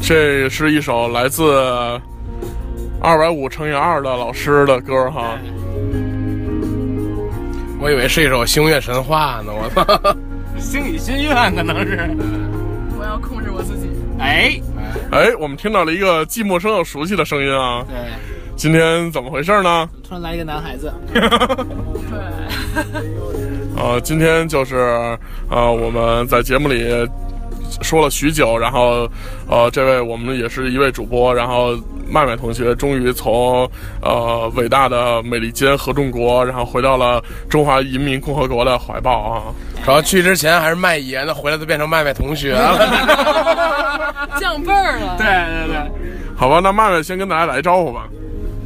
这是一首来自二百五乘以二的老师的歌哈，我以为是一首星月神话呢，我操！星语心愿可能是，我要控制我自己。哎，哎，我们听到了一个既陌生又熟悉的声音啊！对，今天怎么回事呢？哎突然来一个男孩子，对，呃，今天就是呃，我们在节目里说了许久，然后呃，这位我们也是一位主播，然后麦麦同学终于从呃伟大的美利坚合众国，然后回到了中华人民共和国的怀抱啊！主要去之前还是麦爷呢，回来就变成麦麦同学了。降辈儿了。对对对，好吧，那麦麦先跟大家打一招呼吧。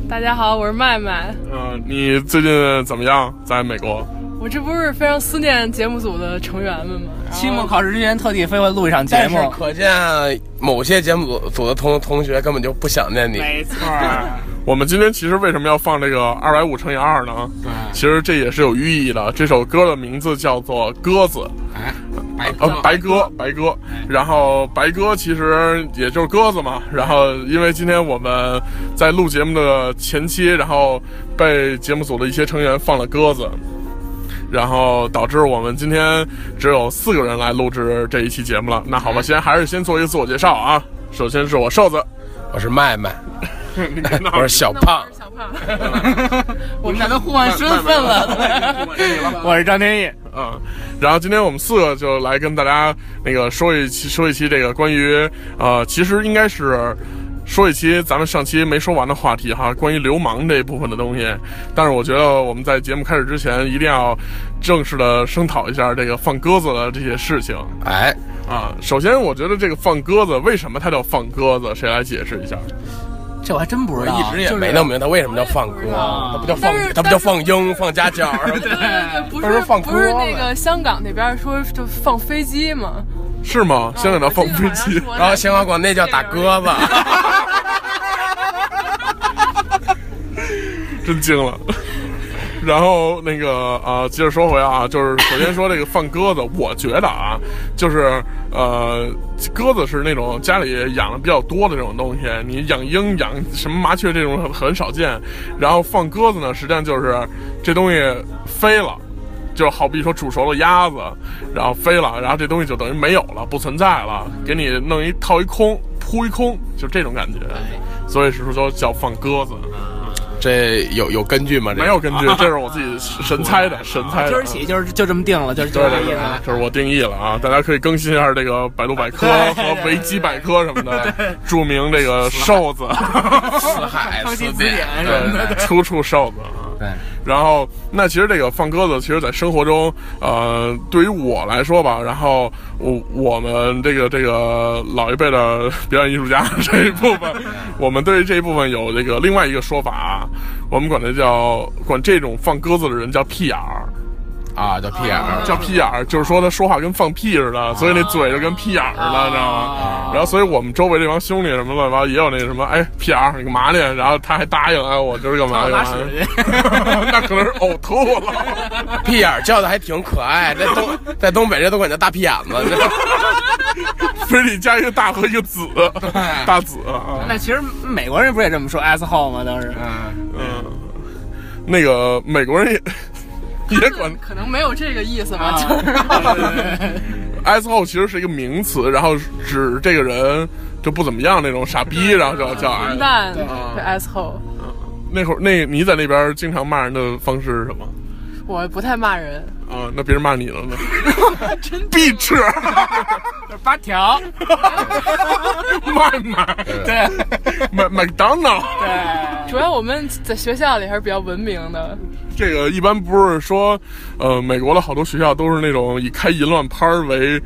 大家好，我是麦麦。嗯、你最近怎么样？在美国？我这不是非常思念节目组的成员们吗？期末考试之前特地飞过来录一场节但是目，可见啊某些节目组组的同同学根本就不想念你。没错，我们今天其实为什么要放这个二百五乘以二呢？其实这也是有寓意的。这首歌的名字叫做《鸽子》，白呃，白鸽，白鸽。然后白鸽其实也就是鸽子嘛。然后因为今天我们在录节目的前期，然后被节目组的一些成员放了鸽子，然后导致我们今天只有四个人来录制这一期节目了。那好吧，先还是先做一个自我介绍啊。首先是我瘦子，我是麦麦，你别闹我是小胖 啊我是。小 胖，我们俩都互换身份了。我是张天翼，嗯，然后今天我们四个就来跟大家那个说一期说一期这个关于呃，其实应该是说一期咱们上期没说完的话题哈，关于流氓这一部分的东西。但是我觉得我们在节目开始之前一定要正式的声讨一下这个放鸽子的这些事情哎，啊。首先，我觉得这个放鸽子为什么它叫放鸽子，谁来解释一下？这我还真不我知道，一直也就是没弄明白他为什么叫放我歌也道他不不知，叫但放，是他不叫放鹰，放家教。不不是是放鸽不是那子个香港那边说就放飞机吗？是吗？香港叫放飞机。 然后香港管那叫打鸽子。真惊了。 然后那个呃，接着说回啊，就是首先说这个放鸽子，我觉得啊，就是呃，鸽子是那种家里养的比较多的这种东西，你养鹰、养什么麻雀这种很很少见。然后放鸽子呢，实际上就是这东西飞了。就好比说煮熟了鸭子，然后飞了，然后这东西就等于没有了，不存在了，给你弄一套一空，扑一空，就这种感觉。所以是说叫放鸽子。这有有根据吗？这个没有根据，这是我自己神猜的，神猜的。今儿起就是就这么定了，就是就对是对这意对思。，这是我定义了啊！大家可以更新一下这个百度百科和维基百科什么的，注明这个瘦 子，四海康熙四字典典。什么的，对，出处瘦子啊。对， 然后，那其实这个放鸽子，其实在生活中，呃，对于我来说吧，然后我我们这个这个老一辈的表演艺术家这一部分，我们对于这一部分有这个另外一个说法，啊我们管它叫管这种放鸽子的人叫屁眼儿。啊，叫 PR。叫屁眼儿，就是说他说话跟放屁似的，所以那嘴就跟屁眼儿似的，知道吗？然后，所以我们周围这帮兄弟什么乱七八糟也有那什么，哎，屁眼儿，你干嘛呢？然后他还答应，哎，我就是干嘛我干拉嘛屎去。去，那可能是呕吐了，屁眼儿叫的还挺可爱，在东在东北这都管叫大屁眼子。非得加一个大和一个子，大子啊。那其实美国人不也这么说 asshole 吗？都是，嗯，那个美国人也也管可能没有这个意思吧，就对是对对 asshole 其实是一个名词，然后指这个人就不怎么样那种傻逼，然后就叫 asshole 蛋对 asshole。那会儿那你在那边经常骂人的方式是什么？我不太骂人，啊，那别人骂你了 呢？必吃，啊就是八条，麦麦，对 麦麦当劳。对。主要我们在学校里还是比较文明的。这个一般不是说，呃，美国的好多学校都是那种以开淫乱趴儿为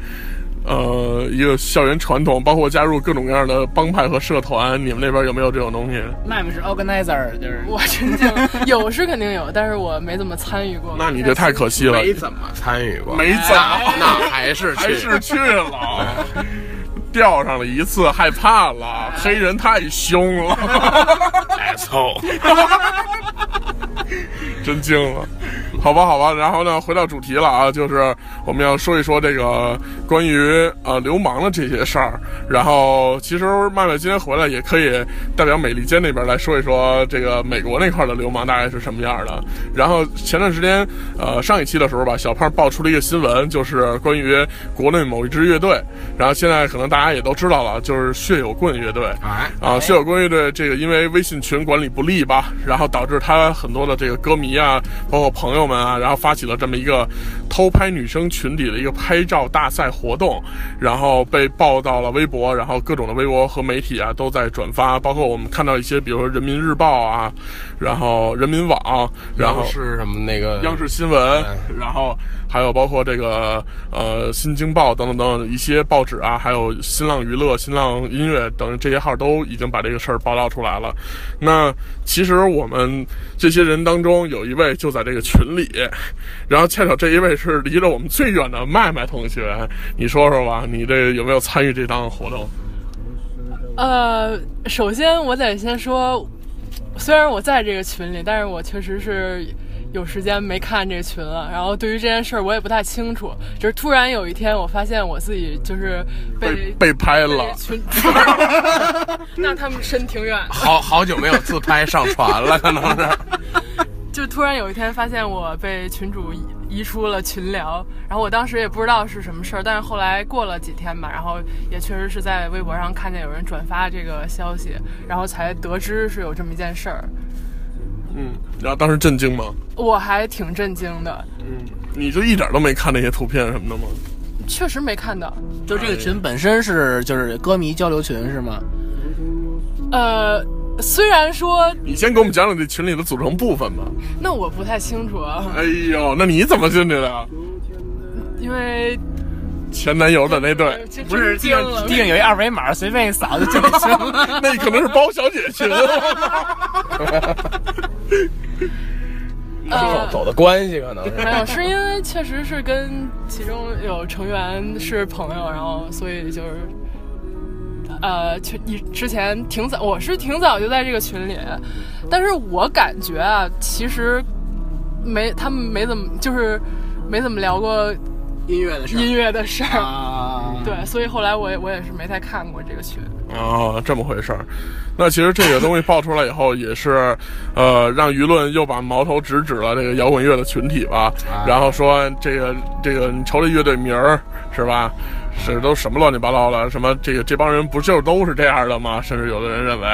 呃一个校园传统，包括加入各种各样的帮派和社团，你们那边有没有这种东西？那你们是 organizer，就是我真的有是肯定有，但是我没怎么参与过。那你这太可惜了， 没怎么参与过，没怎么。那还是还去是去了，钓上了一次，害怕了，黑人太凶了，挨凑。 真惊了。好吧，好吧，然后呢，回到主题了啊，就是我们要说一说这个关于呃流氓的这些事儿。然后，其实麦麦今天回来也可以代表美利坚那边来说一说这个美国那块的流氓大概是什么样的。然后前段时间，呃，上一期的时候吧，小胖爆出了一个新闻，就是关于国内某一支乐队，然后现在可能大家也都知道了，就是血有棍乐队。哎，啊，血友公乐队这个因为微信群管理不力吧，然后导致他很多的这个歌迷啊，包括朋友们啊，然后发起了这么一个偷拍女生群体的一个拍照大赛活动，然后被报到了微博，然后各种的微博和媒体啊都在转发，包括我们看到一些，比如说人民日报啊，然后人民网，然后是什么那个央视新闻，然后还有包括这个呃《新京报》等等等等一些报纸啊，还有新浪娱乐、新浪音乐等这些号都已经把这个事儿报道出来了。那其实我们这些人当中有一位就在这个群里，然后恰巧这一位是离着我们最远的麦麦同学，你说说吧，你这有没有参与这档活动？呃，首先我得先说，虽然我在这个群里，但是我确实是有时间没看这个群了。然后对于这件事儿，我也不太清楚。就是突然有一天，我发现我自己就是被被被拍被了，群， 那他们身挺远的。好好久没有自拍上传了，可 能是。就突然有一天发现我被群主移移出了群聊，然后我当时也不知道是什么事儿，但是后来过了几天吧，然后也确实是在微博上看见有人转发这个消息，然后才得知是有这么一件事儿，嗯，然后当时震惊吗？我还挺震惊的，你就一点都没看那些图片什么的吗？确实没看到。就这个群本身是就是歌迷交流群是吗？呃，虽然说你先给我们讲讲这群里的组成部分吧。那我不太清楚啊，哎呦，那你怎么进去的呀？因为前男友的那对，呃这不是，地震惊上了地上有一二维码，随便一扫就进群了。那 可能是包小姐 群。呃哦走的关系可能是。没有，是因为确实是跟其中有成员是朋友，然后所以就是，呃，就你之前挺早，我是挺早就在这个群里，但是我感觉啊，其实没他们没怎么就是没怎么聊过音乐的事音乐的事儿，啊，对，所以后来我也我也是没太看过这个群，哦，这么回事儿。那其实这个东西爆出来以后，也是，呃，让舆论又把矛头直指了这个摇滚乐的群体吧，啊然后说这个这个，你瞅这乐队名儿是吧？是都什么乱七八糟了？什么这个这帮人不就都是这样的吗？甚至有的人认为，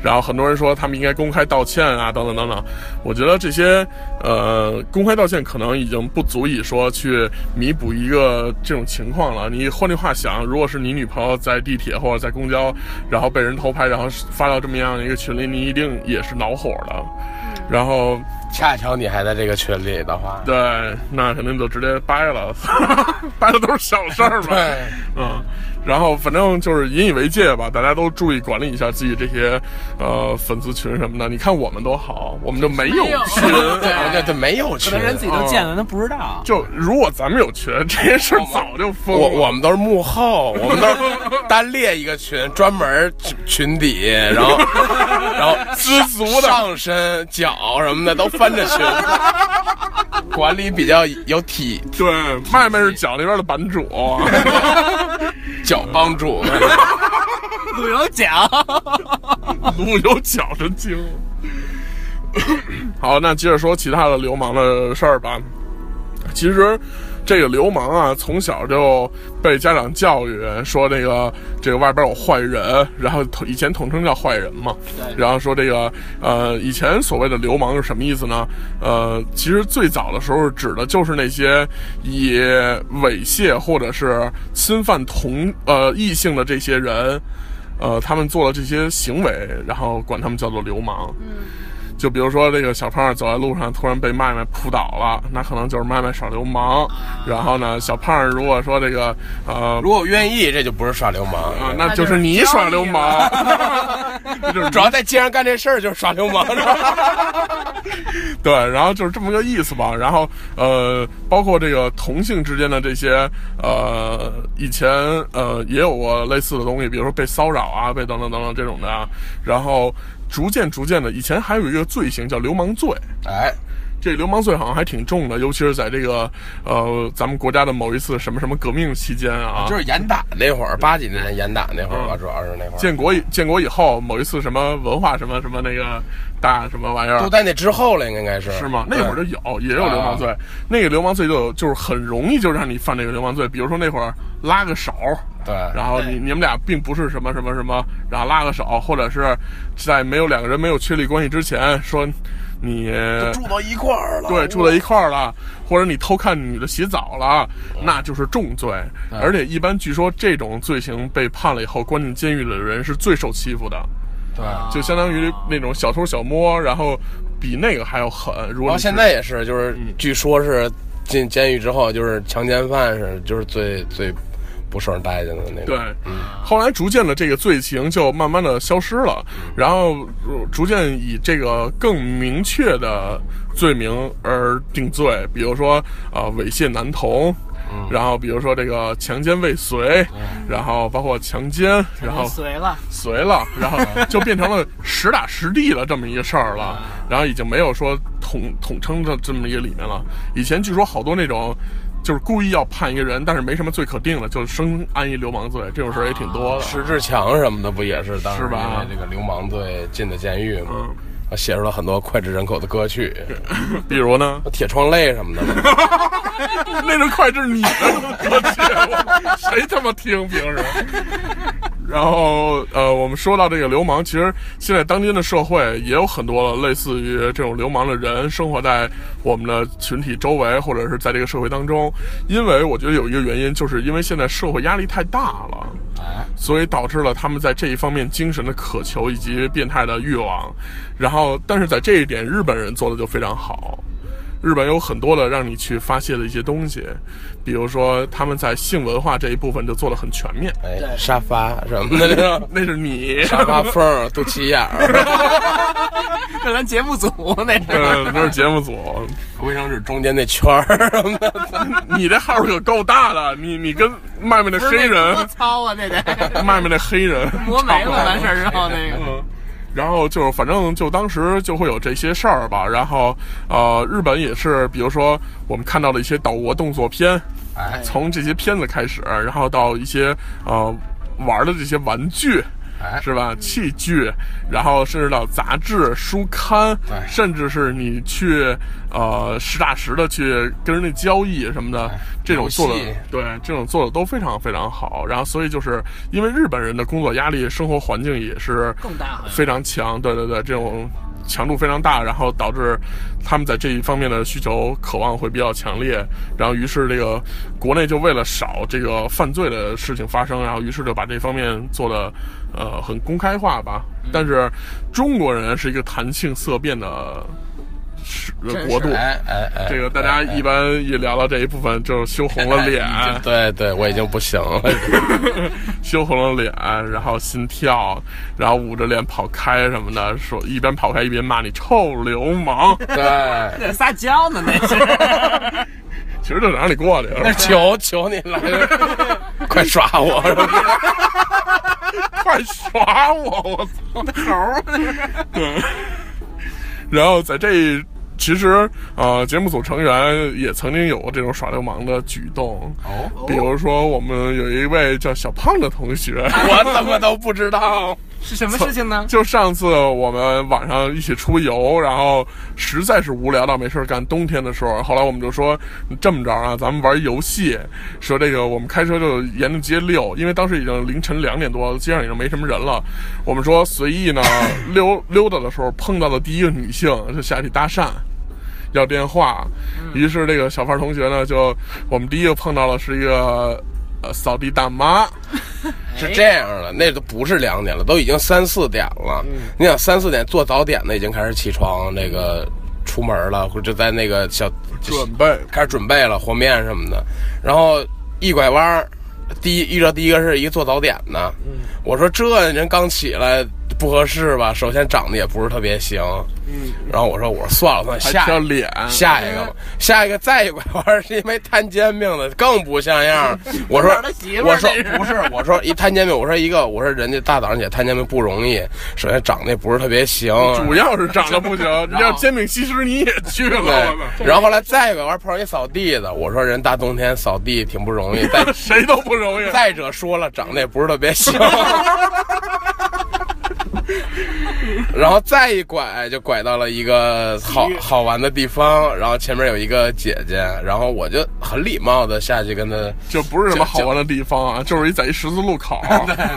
然后很多人说他们应该公开道歉啊，等等等等。我觉得这些呃公开道歉可能已经不足以说去弥补一个这种情况了。你换句话想，如果是你女朋友在地铁或者在公交，然后被人偷拍，然后发到这么样的一个群里，你一定也是恼火的。然后恰巧你还在这个群里的话，对，那肯定就直接掰了，掰了都是小事儿嘛。对， 嗯，然后反正就是引以为戒吧，大家都注意管理一下自己这些呃粉丝群什么的。你看我们多好，我们就没有没有群。 哦对对对，没有可群，能人自己都见了，他不知道。就如果咱们有群，这些事儿早就疯了。我我们都是幕后，我们都是单列一个群，专门群群底，然 后然后知足的上身脚什么的都翻着群，管理比较有体对麦麦是脚那边的版主，脚帮助，路由 奖，路有脚真精。 好，那接着说其他的流氓的事儿吧。其实，这个流氓啊，从小就被家长教育说这个这个外边有坏人，然后统以前统称叫坏人嘛。然后说这个呃，以前所谓的流氓是什么意思呢？呃，其实最早的时候指的就是那些以猥亵或者是侵犯同呃异性的这些人，呃，他们做了这些行为，然后管他们叫做流氓。就比如说这个小胖走在路上突然被麦麦扑倒了，那可能就是麦麦耍流氓。然后呢，小胖如果说这个呃如果我愿意，这就不是耍流氓啊，那就是你耍流氓， 这就是 主要在街上干这事儿就是耍 流氓，是吧？对，然后就是这么个意思吧。然后呃，包括这个同性之间的这些呃，以前呃也有过类似的东西，比如说被骚扰啊，被等等等等这种的啊。然后逐渐逐渐的，以前还有一个罪行叫流氓罪，哎，这流氓罪好像还挺重的，尤其是在这个呃咱们国家的某一次什么什么革命期间啊，就是严打那会儿，八几年严打那会嗯儿吧，主要是那会儿，建国以建国以后某一次什么文化什么什么那个大什么玩意儿都，啊在那之后了，应该是是吗？那会儿就有，也有流氓罪。那个流氓罪就有，就是很容易就让你犯这个流氓罪。比如说那会儿拉个手，对，然后你你们俩并不是什么什么什么，然后拉个手，或者是在没有两个人没有确立关系之前，说你住到一块儿了，对住在一块儿了，或者你偷看女的洗澡了，那就是重罪。而且一般据说这种罪行被判了以后，关进监狱里的人是最受欺负的，对。就相当于那种小偷小摸，然后比那个还要狠。如果然后你现是在也是，就是嗯据说是进监狱之后，就是强奸犯是就是最最不受人待见的那种。对，后来逐渐的这个罪行就慢慢的消失了，然后呃逐渐以这个更明确的罪名而定罪，比如说呃猥亵男童。然后，比如说这个强奸未遂，然后包括强奸，然后随了，随了，然后就变成了实打实地的这么一个事儿了，然后已经没有说统统称的这么一个里面了。以前据说好多那种。就是故意要判一个人，但是没什么罪可定的，就是生安一流氓罪，这种事儿也挺多的。石志强什么的不也是当时是吧嗯因为这个流氓罪进的监狱吗？他写出了很多脍炙人口的歌曲，比如呢，铁窗泪什么的嘛。 那种脍炙你的歌曲，我谁他妈听平时？然后呃，我们说到这个流氓，其实现在当今的社会也有很多类似于这种流氓的人生活在我们的群体周围，或者是在这个社会当中。因为我觉得有一个原因，就是因为现在社会压力太大了。所以导致了他们在这一方面精神的渴求以及变态的欲望，然后但是在这一点，日本人做的就非常好。日本有很多的让你去发泄的一些东西，比如说他们在性文化这一部分就做的很全面，哎，沙发什么的哎 那种，那是你，沙发缝、肚脐眼儿、这咱节目组那是。嗯，那是节目组，卫生纸中间那圈儿什么的。你这号可够大的，你你跟麦麦那黑人多，糙啊，那得麦麦那黑人 磨没了，完事儿之后那个。嗯然后就是，反正就当时就会有这些事儿吧。然后，呃，日本也是，比如说我们看到的一些岛国动作片，哎从这些片子开始，然后到一些呃玩的这些玩具，哎是吧？器具，然后甚至到杂志、书刊，哎甚至是你去呃实打实的去跟人家交易什么的，这种做的哎游戏对这种做的都非常非常好。然后，所以就是因为日本人的工作压力、生活环境也是更大好像非常强，对对对，这种强度非常大，然后导致他们在这一方面的需求渴望会比较强烈，然后于是这个国内就为了少这个犯罪的事情发生，然后于是就把这方面做的呃很公开化吧。但是中国人是一个谈性色变的是呃国度。哎哎哎，这个大家一般一聊到这一部分，就羞红了脸，哎对对，我已经不行了。羞红了脸，然后心跳，然后捂着脸跑开什么的，说一边跑开一边骂你臭流氓， 对，那 撒娇呢，那是。其实就让你过去。那求求你 来，快耍我！快耍我！我操，头！ 对，然后在这其实呃，节目组成员也曾经有过这种耍流氓的举动，哦，比如说我们有一位叫小胖的同学， 我怎么都不知道。 是什么事情呢？ 就上次我们晚上一起出游，然后实在是无聊到没事儿干，冬天的时候，后来我们就说这么着啊，咱们玩游戏，说这个我们开车就沿着街溜，因为当时已经凌晨两点多，街上已经没什么人了。我们说随意呢溜溜达的时候碰到的第一个女性，就下去搭讪。要电话，于是这个小胖同学呢，就我们第一个碰到了是一个呃扫地大妈，是这样的，那都不是两点了，都已经三四点了。嗯你想三四点做早点的已经开始起床，那个出门了，或者在那个小准备开始准备了和面什么的，然后一拐弯儿，第一遇到第一个是一个做早点的，嗯我说这人刚起来不合适吧，首先长得也不是特别行，嗯，然后我说我说算了还算了，下挑一个脸，下一个嗯吧，下一个再一拐弯儿是因为摊煎饼的更不像样 儿，我说哪儿的媳妇儿我说这是不是，我说一摊煎饼，我说一个我说人家大早上起来摊煎饼不容易，首先长得也不是特别行，主要是长得不行，你要煎饼西施你也去了，我操对，然后后来再一个玩碰上一扫地的，我说人大冬天扫地挺不 容易，再。谁都不容易再者说了，长得也不是特 别行。然后再一拐就拐到了一个好好玩的地方，然后前面有一个姐姐，然后我就很礼貌的下去跟她，就不是什么好玩的地方啊，就是一在一十字路口，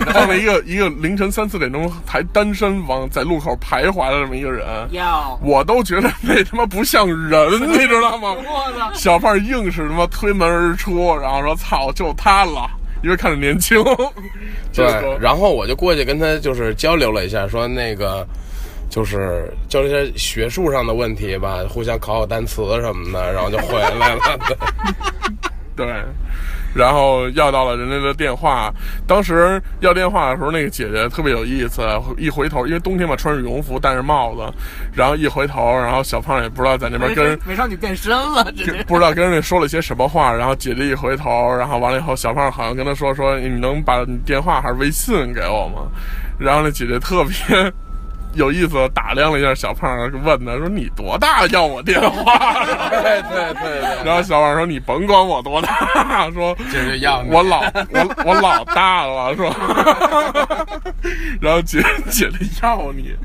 碰了一个一个凌晨三四点钟还单身往在路口徘徊的这么一个人， 要我都觉得那他妈不像人，你知道吗？我操小胖硬是他妈推门而出，然后说：“操，就他了。”因为看着年轻，对就是说，然后我就过去跟她就是交流了一下，说那个。就是交流一些学术上的问题吧，互相考考单词什么的，然后就回来了。 对对，然后要到了人家的电话。当时要电话的时候，那个姐姐特别有意思，一回头，因为冬天嘛，穿着羽绒服，戴着帽子，然后一回头，然后小胖也不知道在那边跟 人美少女变身了，这跟是不知道跟人家说了些什么话，然后姐姐一回头，然后完了以后，小胖好像跟他说说你能把你电话还是微信给我吗？然后那姐姐特别 有意思，打量了一下小胖，问他说你多大要我电话？ 对对对对，然后小胖说你甭管我多大，说这就要你我老我我老大了，说， 然后姐姐姐要你，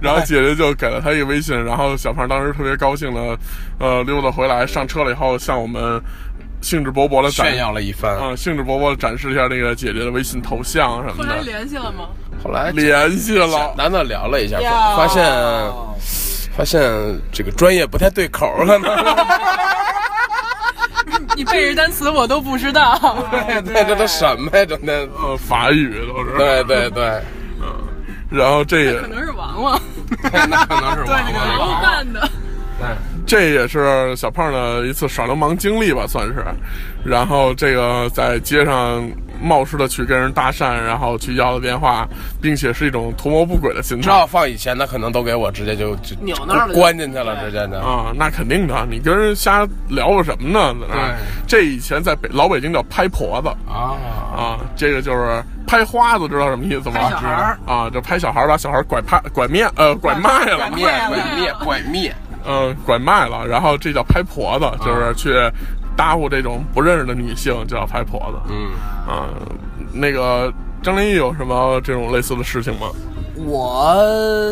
然后姐姐就给了他一个微信，然后小胖当时特别高兴的，呃，溜达回来，上车了以后向我们兴致勃勃的炫耀了一番。啊、兴致勃勃的展示一下那个姐姐的微信头像什后么来的，联系了吗？后来联系了简。单的聊了一下，要发现发现这个专业不太对口儿了呢。 你背着单词我都不知道。对对，这都什么呀？整天，呃，法语都是，对对对，然后这也 可能是王王那可能是王 了。王办的，这也是小胖的一次耍流氓经历吧，算是。然后这个在街上冒失的去跟人搭讪，然后去要了电话，并且是一种图谋不轨的心这态要放以前，那可能都给我直接就就扭那儿了就关进去了，直接的。啊，那肯定的。你跟人瞎聊个什么呢？在那儿对这以前在北老北京叫拍婆子啊，啊，这个就是拍花子，知道什么意思吗？小孩儿啊，就拍小孩儿，把小孩儿拐拍拐面呃拐卖了，灭拐灭拐灭，嗯，拐卖了，然后这叫拍婆啊子，就是去搭伙这种不认识的女性，就叫拍婆子。嗯，啊、那个张林有什么这种类似的事情吗？我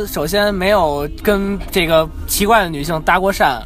首先没有跟这个奇怪的女性搭过讪，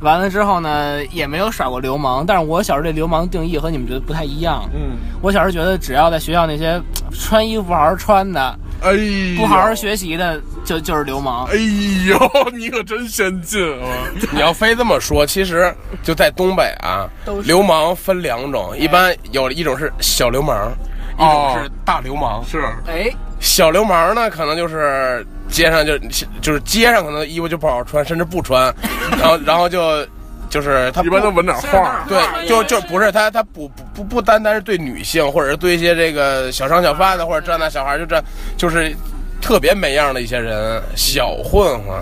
完了之后呢，也没有耍过流氓。但是我小时候对流氓定义和你们觉得不太一样。嗯，我小时候觉得，只要在学校那些穿衣服不好好穿的、哎，不好好。学习的，就就是流氓。哎呦，你可真先进啊！你要非这么说，其实就在东北啊，流氓分两种，一般有一种是小流氓，一哦种 是大流氓。是，哎，小流氓呢，可能就是街上就就是街上可能衣服就不好穿，甚至不穿，然后然后就就是他一般都不纹点哎画儿。对，就就不是他他不不不不单单是对女性，或者是对一些这个小商小贩的，或者这那小孩儿就这就是特别没样的一些人小混混。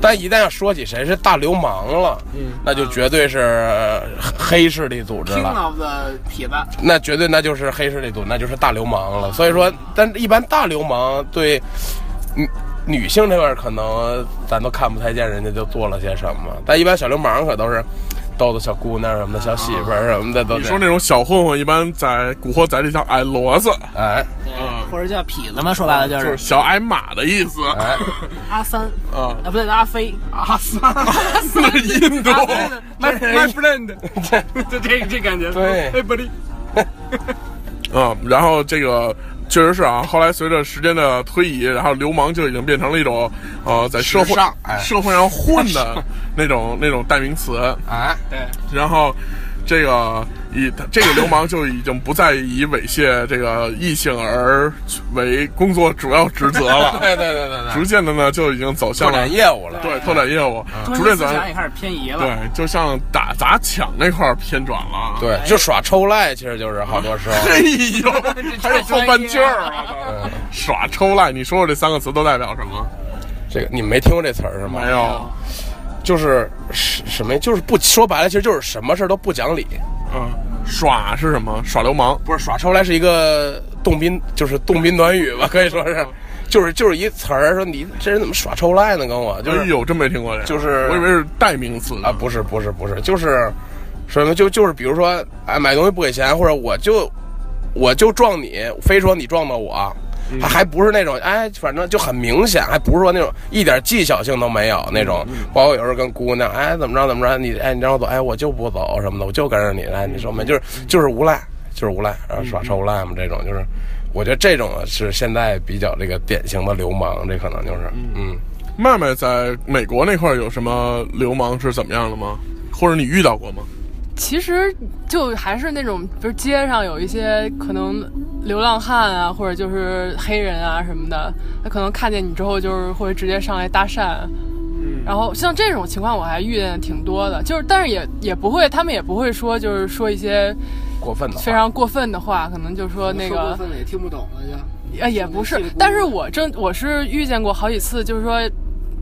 但一旦要说起谁是大流氓了，嗯那就绝对是呃黑势力组织听了。老子的痞子，那绝对那就是黑势力组，那就是大流氓了。所以说，但一般大流氓对女女性这块儿可能咱都看不太见人家就做了些什么，但一般小流氓可都是逗逗小姑娘什么的、小媳妇儿什么的都你这说样。那种小混混，一般在《古惑仔》里叫矮骡子，哎嗯或者叫痞子嘛，说白了就就是是小矮马的意思。哎，阿三，啊，啊，不对，阿飞，嗯阿三，那是 印度。啊，My My friend，就 这这感觉，对哎 不对，嗯，然后这个确实是啊，后来随着时间的推移，然后流氓就已经变成了一种呃，在社会时尚哎 社会上混的那种那种代名词。哎，然后这个以这个流氓就已经不再以猥亵这个异性而为工作主要职责了， 对对对对对，逐渐的呢就已经走拓向了展业务了，嗯对拓展业务，逐中渐心思想咱也开始偏移了。对就向打砸抢那块儿偏转了，。啊对，就耍抽赖，其实就是好多时候。 哎呦，还有后半句儿啊！耍抽赖，你说说这三个词都代表什么？这个你没听过这词儿是吗？没，有，就是什什么，就是不说白了，其实就是什么事儿都不讲理。嗯，耍是什么？耍流氓，不是耍抽赖是一个动宾，就是动宾短语吧，可以说是，就是就是一词儿，说你这人怎么耍抽赖呢？跟我就哎是呦，真没听过这，就是我以为是代名词啊，不是不是不是，就是什么就就是比如说哎买东西不给钱，或者我就我就撞你，非说你撞到我。还还不是那种，哎，反正就很明显，还不是说那种一点技巧性都没有那种。包括有时候跟姑娘，哎，怎么着怎么着，你哎，你让我走，哎，我就不走什么的，我就跟着你，哎，你说没，就是就是无赖，就是无赖，然后耍臭赖嘛，这种就是，我觉得这种是现在比较这个典型的流氓，这可能就是，嗯，麦麦在美国那块儿有什么流氓是怎么样的吗？或者你遇到过吗？其实就还是那种，比如街上有一些可能流浪汉啊，或者就是黑人啊什么的，他可能看见你之后就是会直接上来搭讪。然后像这种情况我还遇见挺多的，就是但是也也不会，他们也不会说就是说一些过分的啊话，非常过分的话，可能就说那说过个分了也听不懂了就。呃也不是，但是我真我是遇见过好几次，就是说，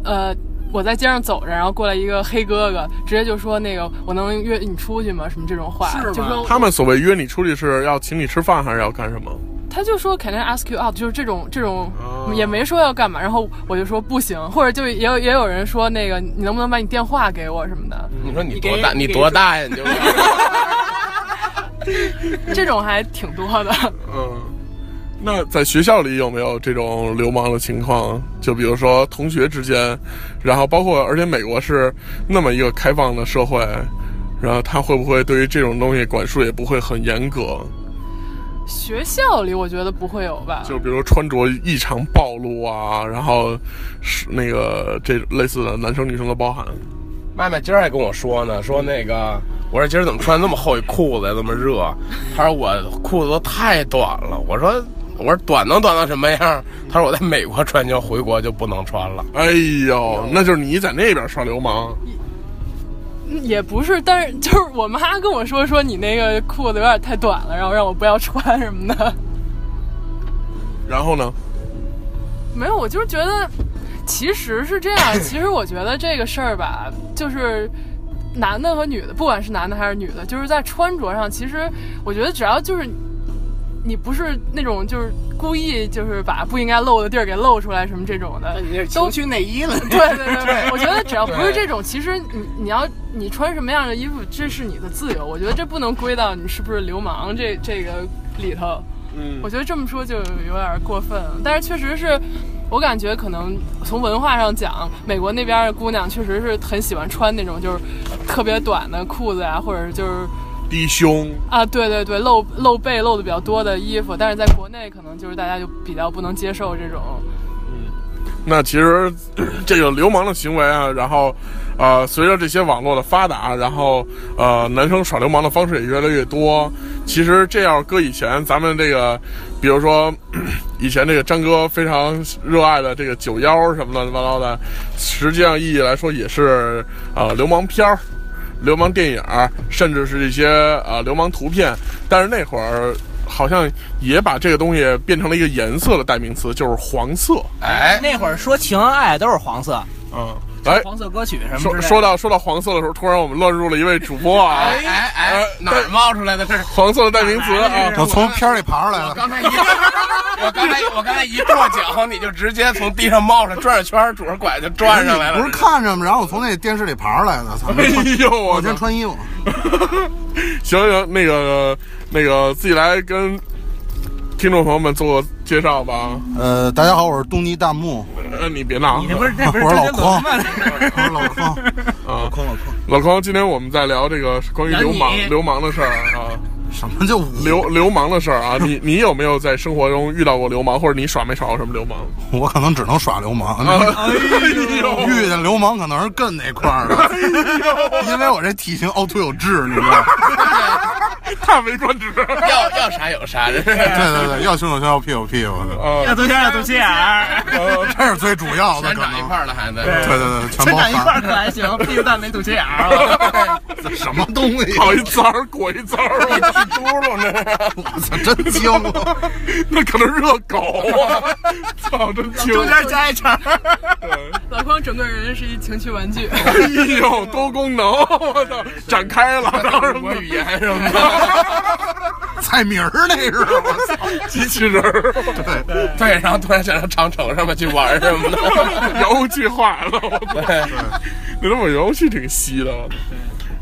呃。我在街上走着，然后过来一个黑哥哥，直接就说那个我能约你出去吗？什么这种话，是吗就说他们所谓约你出去是要请你吃饭，还是要干什么？他就说 Can I ask you out，就是这种这种哦也没说要干嘛，然后我就说不行，或者就也有也有人说那个你能不能把你电话给我什么的，你说你给多大？你你给多大呀？你就这种还挺多的。嗯，那在学校里有没有这种流氓的情况？就比如说同学之间，然后包括而且美国是那么一个开放的社会，然后他会不会对于这种东西管束也不会很严格？学校里我觉得不会有吧，就比如穿着异常暴露啊，然后是那个这类似的男生女生的包含。麦麦今儿还跟我说呢，说那个，我说今儿怎么穿那么厚一裤子呀，这么热？他说我裤子都太短了。我说我说短能短到什么样？他说我在美国穿就回国就不能穿了。哎呦，那就是你在那边耍流氓，嗯也不是，但是就是我妈跟我说说你那个裤子有点太短了，然后让我不要穿什么的。然后呢？没有，我就是觉得，其实是这样。其实我觉得这个事儿吧，就是男的和女的，不管是男的还是女的，就是在穿着上，其实我觉得只要就是你不是那种就是故意就是把不应该露的地儿给露出来什么这种的，你这都去内衣了， 对对对对，我觉得只要不是这种，其实你你要你穿什么样的衣服，这是你的自由。我觉得这不能归到你是不是流氓这这个里头。嗯，我觉得这么说就有点过分了，但是确实是。我感觉可能从文化上讲，美国那边的姑娘确实是很喜欢穿那种就是特别短的裤子啊，或者就是低胸，啊，对对对，露露背露的比较多的衣服。但是在国内可能就是大家就比较不能接受这种。那其实这个流氓的行为啊，然后，呃，随着这些网络的发达，然后呃，男生耍流氓的方式也越来越多。其实这要搁以前，咱们这个，比如说 以前这个张哥非常热爱的这个九幺什么乱七八糟的，实际上意义来说也是呃流氓片儿。流氓电影儿，甚至是一些呃流氓图片，但是那会儿好像也把这个东西变成了一个颜色的代名词，就是黄色。哎，那会儿说情爱都是黄色，嗯，来黄色歌曲什么说之类的。说到说到黄色的时候，突然我们乱入了一位主播啊，哎哎哎，哪儿冒出来的？这是黄色的代名词哎啊，我从片儿里爬出来了。刚才一，我刚才我刚才一跺脚，你就直接从地上冒上转着圈儿，拄着拐就转上来了。不是看着吗？然后我从那电视里爬出来的。操！哎呦我我操先！穿衣服，行行，那个那个自己来跟听众朋友们做个介绍吧。呃，大家好，我是东尼弹幕，呃，你别闹，不是那不是我是老真的匡吗 我是老匡，啊老匡老匡。老匡，今天我们在聊这个关于流氓聊你流氓的事儿啊。什么叫五？流流氓的事儿啊，你你有没有在生活中遇到过流氓，或者你耍没耍过什么流氓？我可能只能耍流氓， 哎遇见流氓可能是更那块儿的，因为我这体型凹凸有致，你知道吗？呦，叹为观止。要要啥有啥，这是对对对，要胸有胸，要屁股有屁股的，啊，头尖要头心眼 儿，这是最主要的全可长一能。块儿了还得。对对对，全全包长一块含儿可还行，屁股蛋没肚脐眼儿。什么东西？跑一糟儿裹一糟儿，啊 嘟噜呢？我操，真精！啊 那可能热狗啊！操，真精！中间加一茬儿，老匡整个人是一情趣玩具，哎呦，多功能，我操，展开了，然后什么语言什么的， 菜名儿那是，我操！ 机器人儿，对，对，然后突然想上长城上面去玩什么的，遥控器坏了，我操！你那会儿遥控器挺稀的。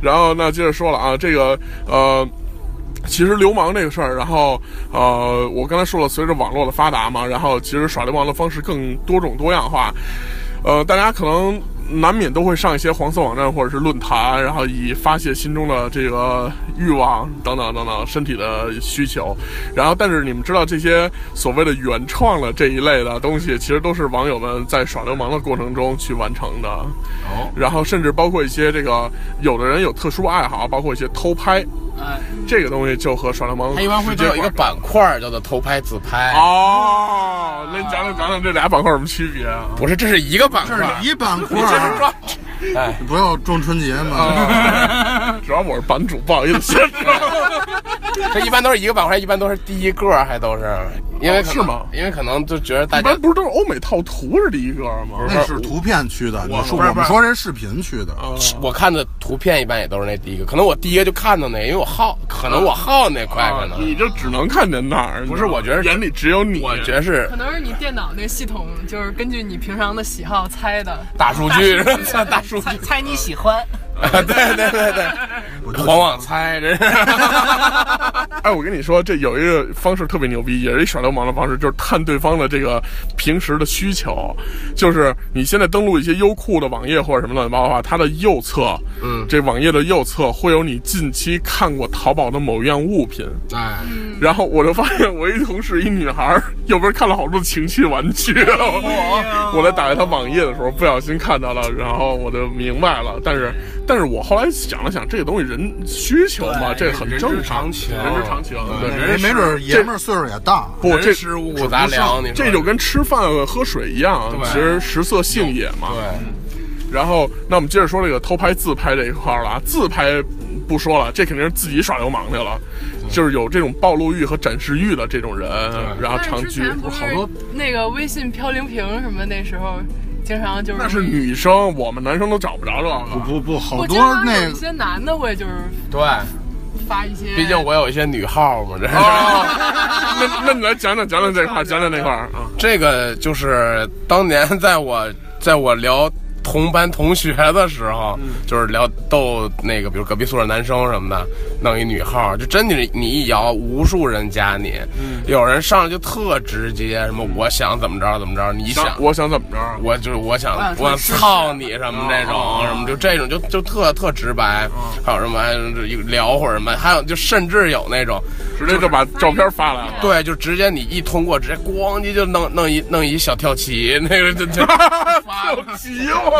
然后那接着说了啊，这个呃。其实流氓这个事儿，然后呃，我刚才说了，随着网络的发达嘛，然后其实耍流氓的方式更多种多样化，呃，大家可能难免都会上一些黄色网站或者是论坛，然后以发泄心中的这个欲望等等等等身体的需求。然后，但是你们知道这些所谓的原创的这一类的东西，其实都是网友们在耍流氓的过程中去完成的。哦。然后，甚至包括一些这个，有的人有特殊爱好，包括一些偷拍，哎，这个东西就和耍流氓他一般会直就接有一个板块儿叫做偷拍自拍。哦，那你讲讲讲讲这俩板块有什么区 别啊？不是，这是一个板块儿，一板块儿，哎你不要撞春节嘛。哦主要我是版主，不好意 思先说。这一般都是一个板块，一般都是第一个，还都哦是，因为可能是吗因为可能就觉得大一家般不是都是欧美套图是第一个吗？那是图片区的，你说我们说这视频区的，哦我看的图片一般也都是那第一个，可能我第一个就看到那，因为我好，可能我好那块，可啊能你就只能看见那儿。啊不是我觉得是眼里只有你。我觉得是可能是你电脑那系统就是根据你平常的喜好猜的。大数据， 大数据 猜，猜你喜 欢，对对对对，狂妄猜，这是。哎，我跟你说，这有一个方式特别牛逼，也是一耍流氓的方式，就是探对方的这个平时的需求。就是你现在登录一些优酷的网页或者什么乱七八糟的话，它的右侧，嗯，这网页的右侧会有你近期看过淘宝的某一样物品。哎，然后我就发现我一同事一女孩儿右边看了好多情趣玩具，我我在打开她网页的时候不小心看到了，然后我就明白了。但是，但是我后来想了想，这个东西人需求嘛，这很正常，人之常情，对没没准儿爷们儿岁数也大，不这人食五谷杂粮，你说这就跟吃饭喝水一样，其实食色性也嘛。对，然后，那我们接着说这个偷拍、自拍这一块儿了啊。自拍不说了，这肯定是自己耍流氓去了，就是有这种暴露欲和展示欲的这种人，然后但长是之居。前不是那个微信飘零屏什么那时候，经常就是那是女生，我们男生都找不着这不个。不不，好我多经常那有一些男的会就是对，发一些，毕竟我有一些女号嘛，这是。哦 那那你来讲讲讲讲这块儿，讲讲那块儿啊。这个就是当年在我 在我聊同班同学的时候，就是聊逗那个，比如隔壁宿舍男生什么的，弄一女号，就真的是你一摇，无数人加你，有人上来就特直接，什么我想怎么着怎么着，你想。我想怎么着啊？我就是我想我操你什么这种什么就这种就就特特直白，还有什么还有聊会儿什么，还有就甚至有那种直接就把照片发来了。对，就直接你一通过，直接咣叽就弄弄一弄一小跳棋， 那个就就跳棋，我操！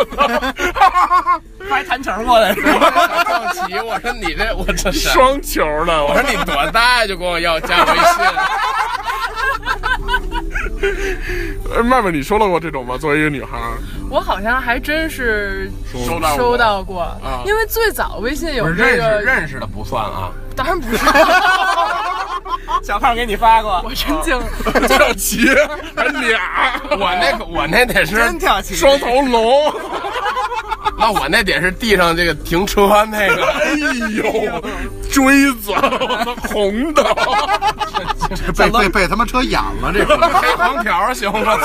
发一弹球过来是吧？跳棋。我说你这我这是，双球的，我我说你多大呀就跟我要加微 信？说麦麦，你收到过这种吗？作为一个女孩儿，我好像还真是收到收到过，因为最早微信有这个，认识的不算啊，当然不是， 小胖给你发过，我真惊了，跳棋还俩，我那 个我那得是，跳棋双头龙。 那我那得是地上这个停车那哎 个，呦，锥子，我操红的，被被被他妈车眼了， 这个黑黄条行吗？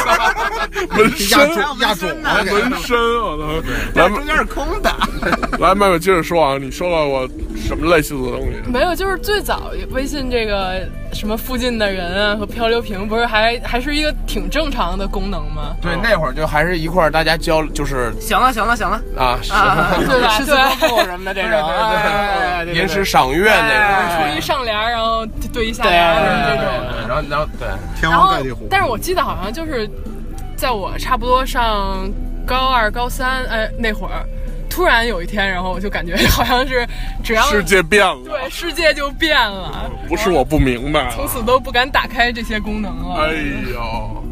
纹压身，肿压肿了，给纹身，我操！来，中间是空的， 来，麦麦接着说啊，你收到过什么类似的东西？没有，就是最早微信这个什么附近的人啊和漂流瓶，不是还还是一个挺正常的功能吗？ 对，那会儿就还是一块儿大家交，就是行了行了 行了啊， 啊，对吧 诗词对歌赋什么的这种，哎对对对吟诗赏月那出会一儿。上联儿，然后对一下联儿什么这种。对啊然后，然后对，天然王后盖地虎，，但是我记得好像就是在我差不多上高二、高三，哎，那会儿，突然有一天，然后我就感觉 好像是只要世界变对了，世界就变了，不是我不明白从了。此都不敢打开这些功能了。哎呦，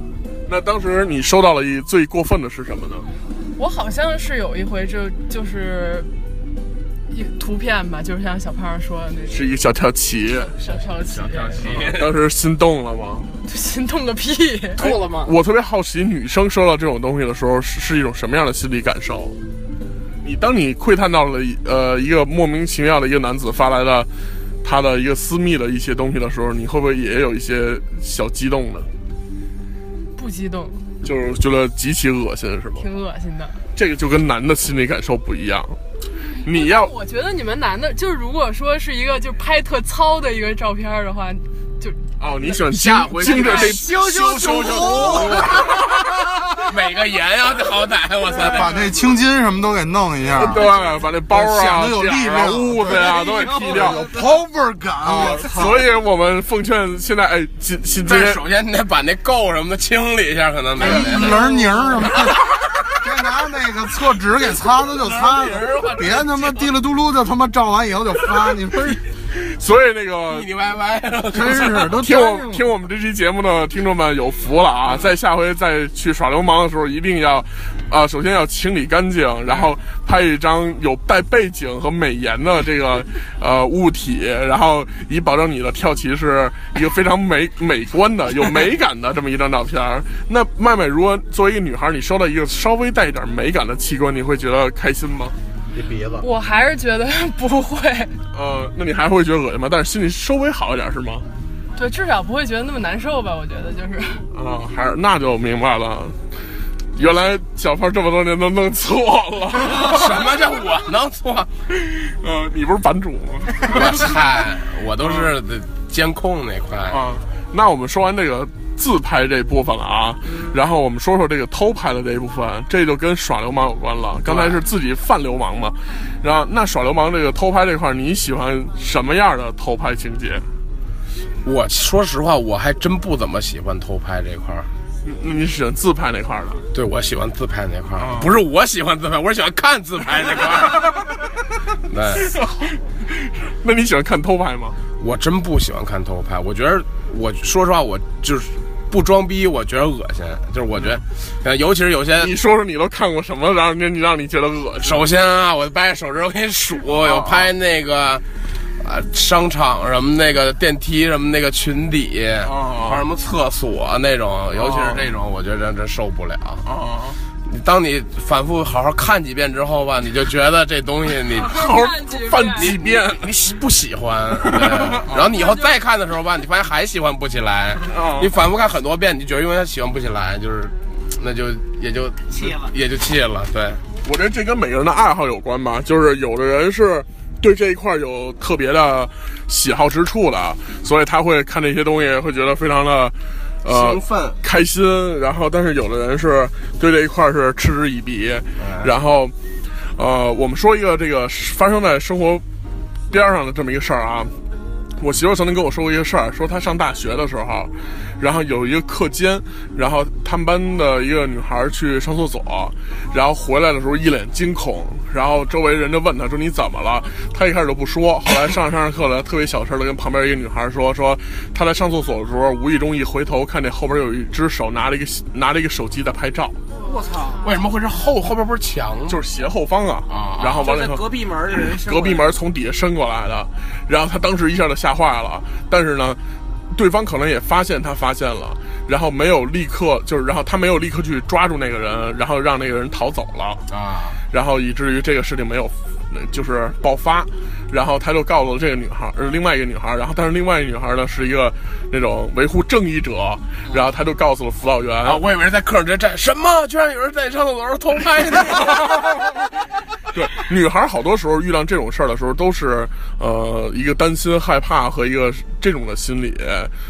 那当时你收到了一最过分的是什么呢？我好像是有一回就就是。一图片吧，就是像小胖说的那种是一小跳棋，小跳棋，当时心动了吗？心痛个屁！吐了吗？我特别好奇，女生收到这种东西的时候是是一种什么样的心理感受？你当你窥探到了一呃一个莫名其妙的一个男子发来了他的一个私密的一些东西的时候，你会不会也有一些小激动呢？不激动，就是觉得极其恶心，是吗？挺恶心的。这个就跟男的心理感受不一样。你要我觉得你们男的，就是如果说是一个就拍特糙的一个照片儿的话，就哦，你喜欢下回经着这修修修修，每个盐啊，好歹我把 操，那青筋什么都给弄一下，对，把这包啊、显得有力点啊量痦子呀都给剃掉。 啊有 power 感，我操！所以我们奉劝现在哎，今今但是天首先你得把那垢什么的清理一下，可能没有那个。棱泥哎儿什啊么的， 该拿那个厕纸给擦擦就擦棱儿擦我，别他妈滴了嘟噜就他妈照完以后就发，你说所以那个腻腻歪歪了，真是都听粘我上 听我们这期节目的听众们有福了啊！在下回再去耍流氓的时候，一定要，啊、首先要清理干净，然后拍一张有带背景和美颜的这个呃物体，然后以保证你的跳棋是一个非常美美观的、有美感的这么一张照片儿。那麦麦，如果作为一个女孩，你收到一个稍微带一点美感的器官，你会觉得开心吗？我还是觉得 不会，呃，那你还会觉得恶心吗？但是心里稍微好一点是吗？对，至少不会觉得那么难受吧？我觉得就是，啊，还是那就明白了，原来小胖这么多年都弄错了。 什么叫我能错？呃，你不是版主吗？我菜，我都是监控那块。啊，那我们说完这个自拍这部分了啊，然后我们说说这个偷拍的这一部分，这就跟耍流氓有关了。刚才是自己犯流氓嘛，然后那耍流氓这个偷拍这块儿，你喜欢什么样的偷拍情节？我说实话，我还真不怎么喜欢偷拍这块儿。你你喜欢自拍那块儿的？对，我喜欢自拍那块儿，不是我喜欢自拍，我是喜欢看自拍那块儿。对，那你喜欢看偷拍吗？我真不喜欢看偷拍，我觉得，我说实话，我就是不装逼，我觉得恶心，就是我觉得，呃尤其是有些你说说你都看过什么，然后你让你觉得恶心？首先啊，我掰着手指头给你哦数，有拍那个。啊，商场什么那个电梯什么那个裙底，哦还有什么厕所那种，尤其是这种，我觉得真受不了。哦啊，你当你反复好好看几遍之后吧，你就觉得这东西 你好好看几遍犯几遍。你喜不 喜欢？对然后你以后再看的时候吧，你发现还喜欢不起来哦。你反复看很多遍，你觉得因为它喜欢不起来，就是那就也就气了也就气了。对，我觉得这跟每个人的爱好有关吧，就是有的人是对这一块有特别的喜好之处的，所以他会看这些东西会觉得非常的呃兴奋开心。然后，但是有的人是对这一块是嗤之以鼻，然后呃，我们说一个这个发生在生活边儿上的这么一个事儿啊。我媳妇儿曾经跟我说过一个事儿，说她上大学的时候，然后有一个课间，然后他们班的一个女孩去上厕所，然后回来的时候一脸惊恐，然后周围人就问她说你怎么了？她一开始都不说，后来上着上着课了，特别小声的跟旁边一个女孩说说她在上厕所的时候，无意中一回头看见后边有一只手拿了一个拿了一个手机在拍照，为什么会是后后边不是墙吗？就是斜后方啊，然后完了以后隔壁门的人，隔壁门从底下伸过来的，然后他当时一下就吓坏了，但是呢，对方可能也发现他发现了，然后没有立刻就是，然后他没有立刻去抓住那个人，然后让那个人逃走了，啊，然后以至于这个事情没有呃就是爆发，然后他就告诉了这个女孩儿，呃另外一个女孩儿，然后但是另外一个女孩儿呢是一个那种维护正义者，然后他就告诉了辅导员，啊，我以为是在客人直接站，什么？居然有人在上厕所时候偷拍的。 对，女孩好多时候遇到这种事儿的时候，都是呃一个担心、害怕和一个这种的心理，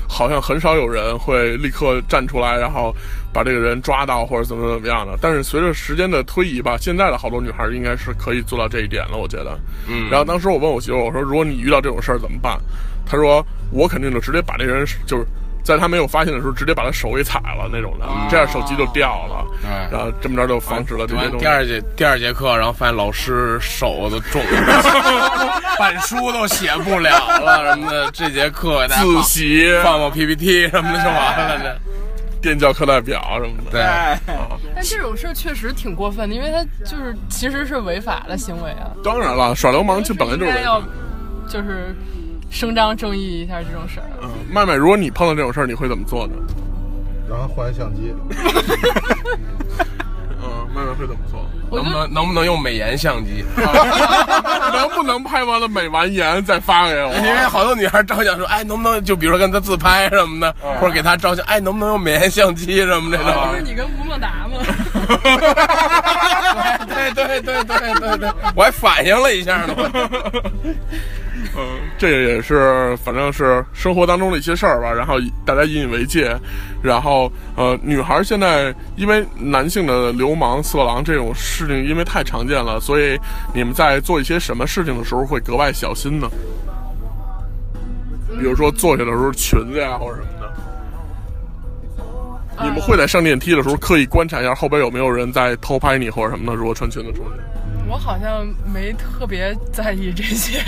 好像很少有人会立刻站出来，然后把这个人抓到或者怎么怎么样的。但是随着时间的推移吧，现在的好多女孩应该是可以做到这一点了，我觉得。嗯。然后当时我问我媳妇儿，我说如果你遇到这种事儿怎么办？她说我肯定就直接把这人就是。在她没有发现的时候，直接把她手给踩了那种的，这样手机就掉了，然后这么着就防止了这些完东西。第二节第二节课，然后发现老师手都肿了，板书都写不了了什么的。这节课大家自放习、放放 PPT 什么的就完了呢。电教课代表什么的。对，但这种事儿确实挺过分的，因为他就是其实是违法的行为啊。当然了，耍流氓就本来就是应违该法要就是声张正义一下这种事儿。嗯麦麦，如果你碰到这种事儿，你会怎么做呢？然后换相机，嗯，麦麦会怎么 做？我能就不能能不能用美颜相机？能不 能拍完了美完颜再发给因为我？好多女孩照相说，哎，能不能就比如说跟她自拍什么的，或者给她照相，哎，能不能用美颜相机什么这哎不啊是种？你跟吴孟达吗？ 对对对对对对，我还反应了一下呢。嗯，这也是反正是生活当中的一些事儿吧，然后大家引以为戒。然后呃，女孩儿现在因为男性的流氓、色狼这种事情，因为太常见了，所以你们在做一些什么事情的时候会格外小心呢？比如说坐下的时候裙子呀、或者什么的。你们会在上电梯的时候刻意观察一下后边有没有人在偷拍你或者什么的？如果穿裙子出去，我好像没特别在意这些。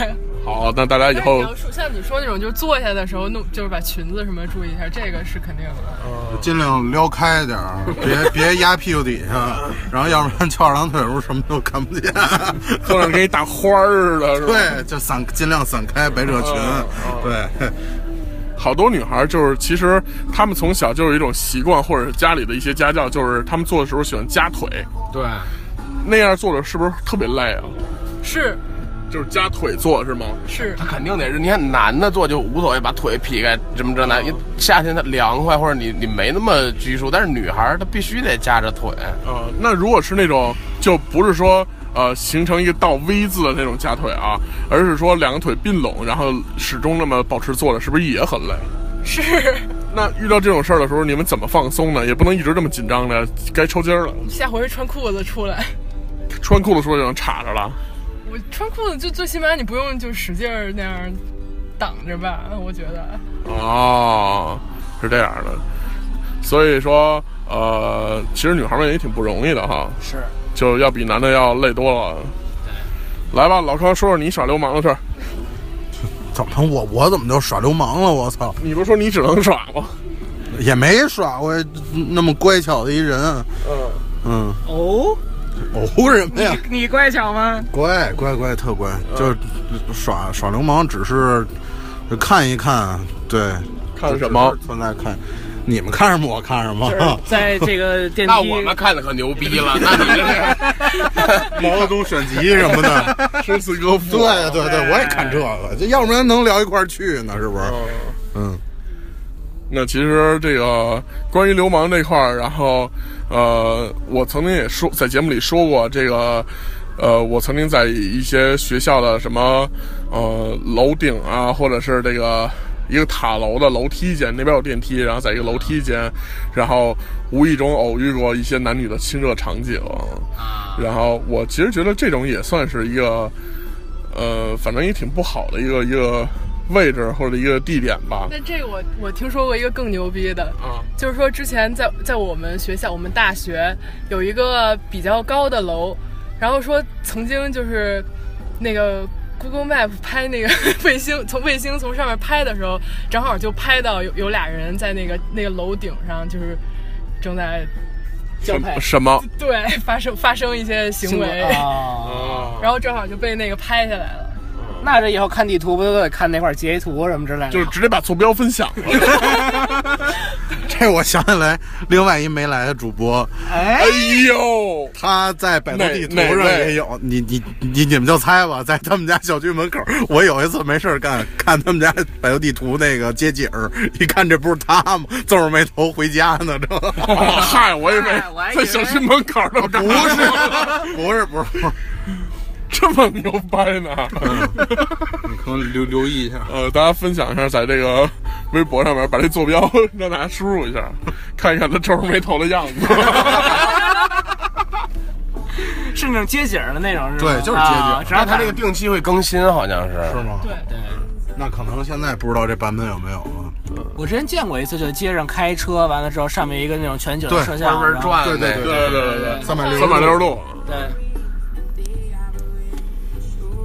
好，那大家以但是你后要说像你说那种，就是坐下的时候弄，就是把裙子什么注意一下，这个是肯定的。尽量撩开点儿， 别别压屁股底下，然后要不然翘二郎腿的时候什么都看不见。 坐上跟一大花儿似的，是吧？对，就散，尽量散开，别扯裙。对，好多女孩儿就是，其实她们从小就有一种习惯，或者是家里的一些家教，就是她们做的时候喜欢夹腿，对，那样做着是不是特别累啊？是就是夹腿做是吗？是，他肯定得是，你看男的做就无所谓，把腿劈开什么这那，因为夏天他凉快，或者你你没那么拘束，但是女孩儿她必须得夹着腿。呃，那如果是那种就不是说呃形成一个倒 V 字的那种夹腿啊，而是说两个腿并拢，然后始终那么保持坐着，是不是也很累？是，那遇到这种事儿的时候，你们怎么放松呢？也不能一直这么紧张的，该抽筋儿了，下回穿裤子出来。穿裤子时候就能插着了。我穿裤子就最起码你不用就使劲儿那样挡着吧，我觉得。哦，是这样的，所以说，呃，其实女孩们也挺不容易的哈，是就要比男的要累多了。来吧，老康，说说你耍流氓的事儿。 怎么我我怎么就耍流氓了？我操，你不是说你只能耍吗？也没耍过那么乖巧的一人。啊嗯哦，嗯，哦什么呀？你乖巧吗？乖乖乖，特乖，就是耍耍流氓，只是看一看，对，看什么只是存在看。你们看什么？我看什么？ 在这个电那我们看的可牛逼了，那你这是。毛泽东选集什么的， 诗词歌赋。对对对，我也看这个，这要不然能聊一块儿去呢，是不是？嗯，那其实这个关于流氓这块儿，然后呃，我曾经也说在节目里说过这个。呃，我曾经在一些学校的什么，呃，楼顶啊，或者是这个一个塔楼的楼梯间，那边有电梯，然后在一个楼梯间，然后无意中偶遇过一些男女的亲热场景，啊然后我其实觉得这种也算是一个，呃，反正也挺不好的一个一个位置或者一个地点吧，但这个我我听说过一个更牛逼的，啊。就是说之前在在我们学校，我们大学有一个比较高的楼，然后说曾经就是那个 Google Map 拍那个 卫星，从卫星从上面拍的时候，正好就拍到有有俩人在那个那个楼顶上，就是正在交 配什么？对发生发生一些行为，啊，然后正好就被那个拍下来了。那这以后看地图不都得看那块截图什么之类的？就是直接把坐标分享了。这我想起来，另外一没来的主播，哎 呦，他在百度地图上哪哪位也有，你你你你们就猜吧，在他们家小区门口，我有一次没事儿干，看他们家百度地图那个街景儿，一看这不是他吗？皱着眉头回家呢，这哦嗨，我以为嗨我还以在哦为小区门口呢，不是不是不是不是， 这么牛掰呢？嗯 你可能留留意一下。呃，大家分享一下，在这个微博上面把这坐标 让大家输入一下，看一看他皱着眉头的样子。 是那种街景的那种，是吧？对就是街景啊只要那他这个定期会更新，好像是。是吗？对，那可能现在不知道这版本有没有啊？我之前见过一次，就是街上开车，完了之后上面一个那种全景的对摄像，啊弯弯然后转对那对对个，对对对，三百六三百六十度。对，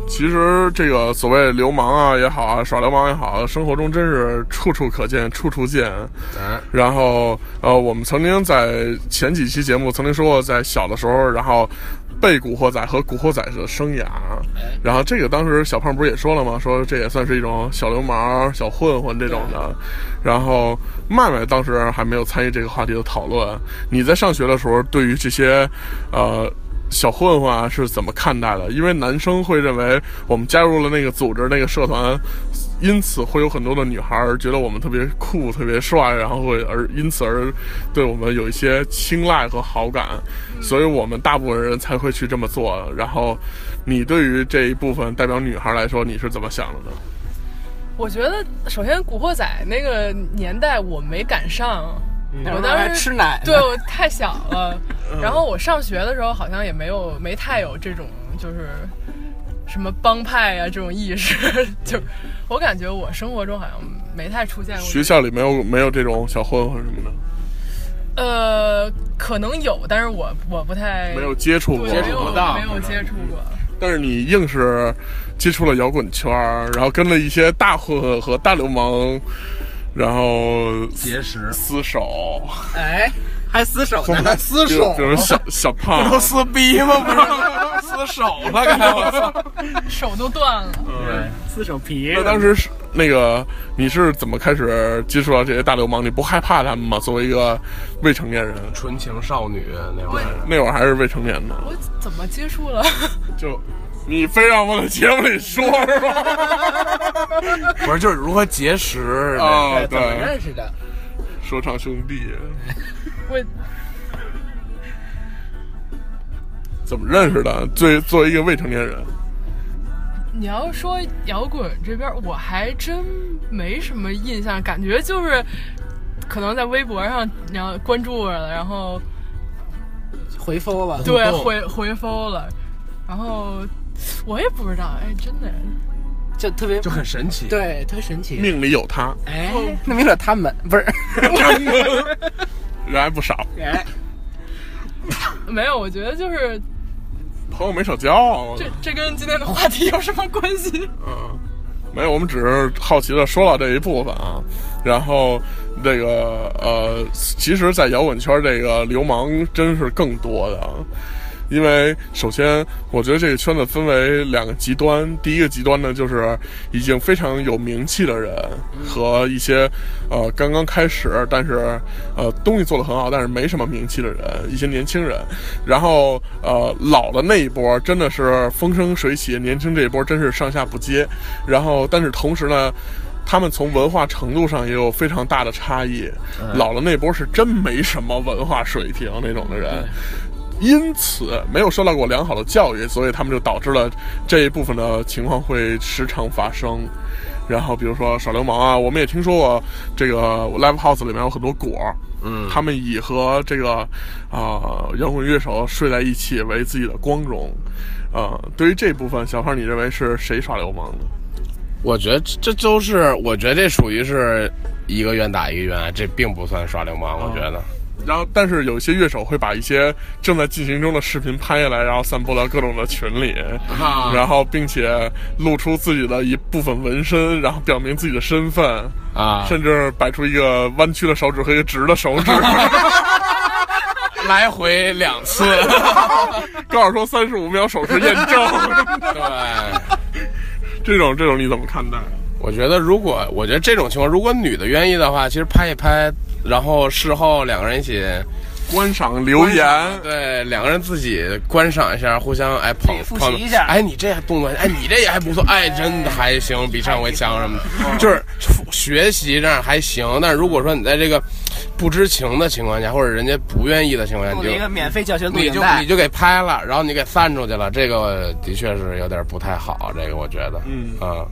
其实这个所谓流氓啊也好啊，耍流氓也好，生活中真是处处可见，处处见。哎然后呃，我们曾经在前几期节目曾经说过，在小的时候，然后被古惑仔和古惑仔的生涯。然后这个当时小胖不是也说了吗？说这也算是一种小流氓、小混混这种的。然后麦麦当时还没有参与这个话题的讨论。你在上学的时候，对于这些呃小混混啊是怎么看待的？因为男生会认为我们加入了那个组织、那个社团，因此会有很多的女孩儿觉得我们特别酷、特别帅，然后会而因此而对我们有一些青睐和好感，所以我们大部分人才会去这么做。然后，你对于这一部分代表女孩来说，你是怎么想的呢？我觉得首先《古惑仔》那个年代我没赶上，我当时还吃奶呢对我太小了。嗯然后我上学的时候好像也没有没太有这种就是什么帮派啊这种意识，就是我感觉我生活中好像没太出现过这学种。校里没有没有这种小混混什么的，呃，可能有，但是我我不太没有接触过，对没触有不到没有接触过。但是你硬是接触了摇滚圈儿，然后跟了一些大混混和大流氓，然后结识厮手，哎，还死守呢，还厮比如比如小小胖，撕逼吗？不是，撕手了，感觉我操！嗯手都断了。撕手 皮。那当时是那个你是怎么开始接触到这些大流氓？你不害怕他们吗？作为一个未成年人，纯情少女那会儿，那会儿还是未成年呢，我怎么接触了？ 就你非让我在节目里说是吧？不是就是如何结识那个啊，怎么对，认识的？ 说唱兄弟我怎么认识的？最作为一个未成年人，你要说摇滚这边儿，我还真没什么印象，感觉就是可能在微博上然后关注我了，然后回封了。对回回 follow 了，然后我也不知道，哎，真的就特别就很神奇。对，特神奇。命里有他，哎，那没准他们不是，人还不少。哎，没有，我觉得就是朋友没少交啊，这这跟今天的 话题有什么关系？没有，我们只是好奇的说到这一部分啊。然后这个呃，其实，在摇滚圈这个流氓真是更多的，啊。因为首先，我觉得这个圈子分为两个极端。第一个极端呢，就是已经非常有名气的人和一些呃刚刚开始，但是呃东西做得很好，但是没什么名气的人，一些年轻人。然后呃老的那一波真的是风生水起，年轻这一波真是上下不接。然后，但是同时呢。他们从文化程度上也有非常大的差异，老的那波是真没什么文化水平那种的人，因此没有受到过良好的教育，所以他们就导致了这一部分的情况会时常发生。然后比如说耍流氓啊，我们也听说过这个 live house 里面有很多果儿，嗯，他们以和这个啊、摇滚乐手睡在一起为自己的光荣。啊、对于这部分，小胖你认为是谁耍流氓呢？我觉得这都是，我觉得这属于是一个愿打一个愿挨，这并不算耍流氓，我觉得。然后，但是有一些乐手会把一些正在进行中的视频拍下来，然后散播到各种的群里，啊然后并且露出自己的一部分纹身，然后表明自己的身份，啊，甚至摆出一个弯曲的手指和一个直的手 指，来回两次，告诉说三十五秒手势验证， 对。这种这种你怎么看待？我觉得，如果我觉得这种情况，如果女的愿意的话，其实拍一拍，然后事后两个人一起观赏留言，对，两个人自己观赏一下，互相哎捧复习捧一下哎，你这动作，哎，你这也还不错，哎，真的还行，比上回强什么的，就是学习这样还行，但是如果说你在这个不知情的情况下，或者人家不愿意的情况下，弄你了一就个免费教学录你影就带你，就给拍了，然后你给散出去了，这个的确是有点不太好，这个我觉得，嗯啊，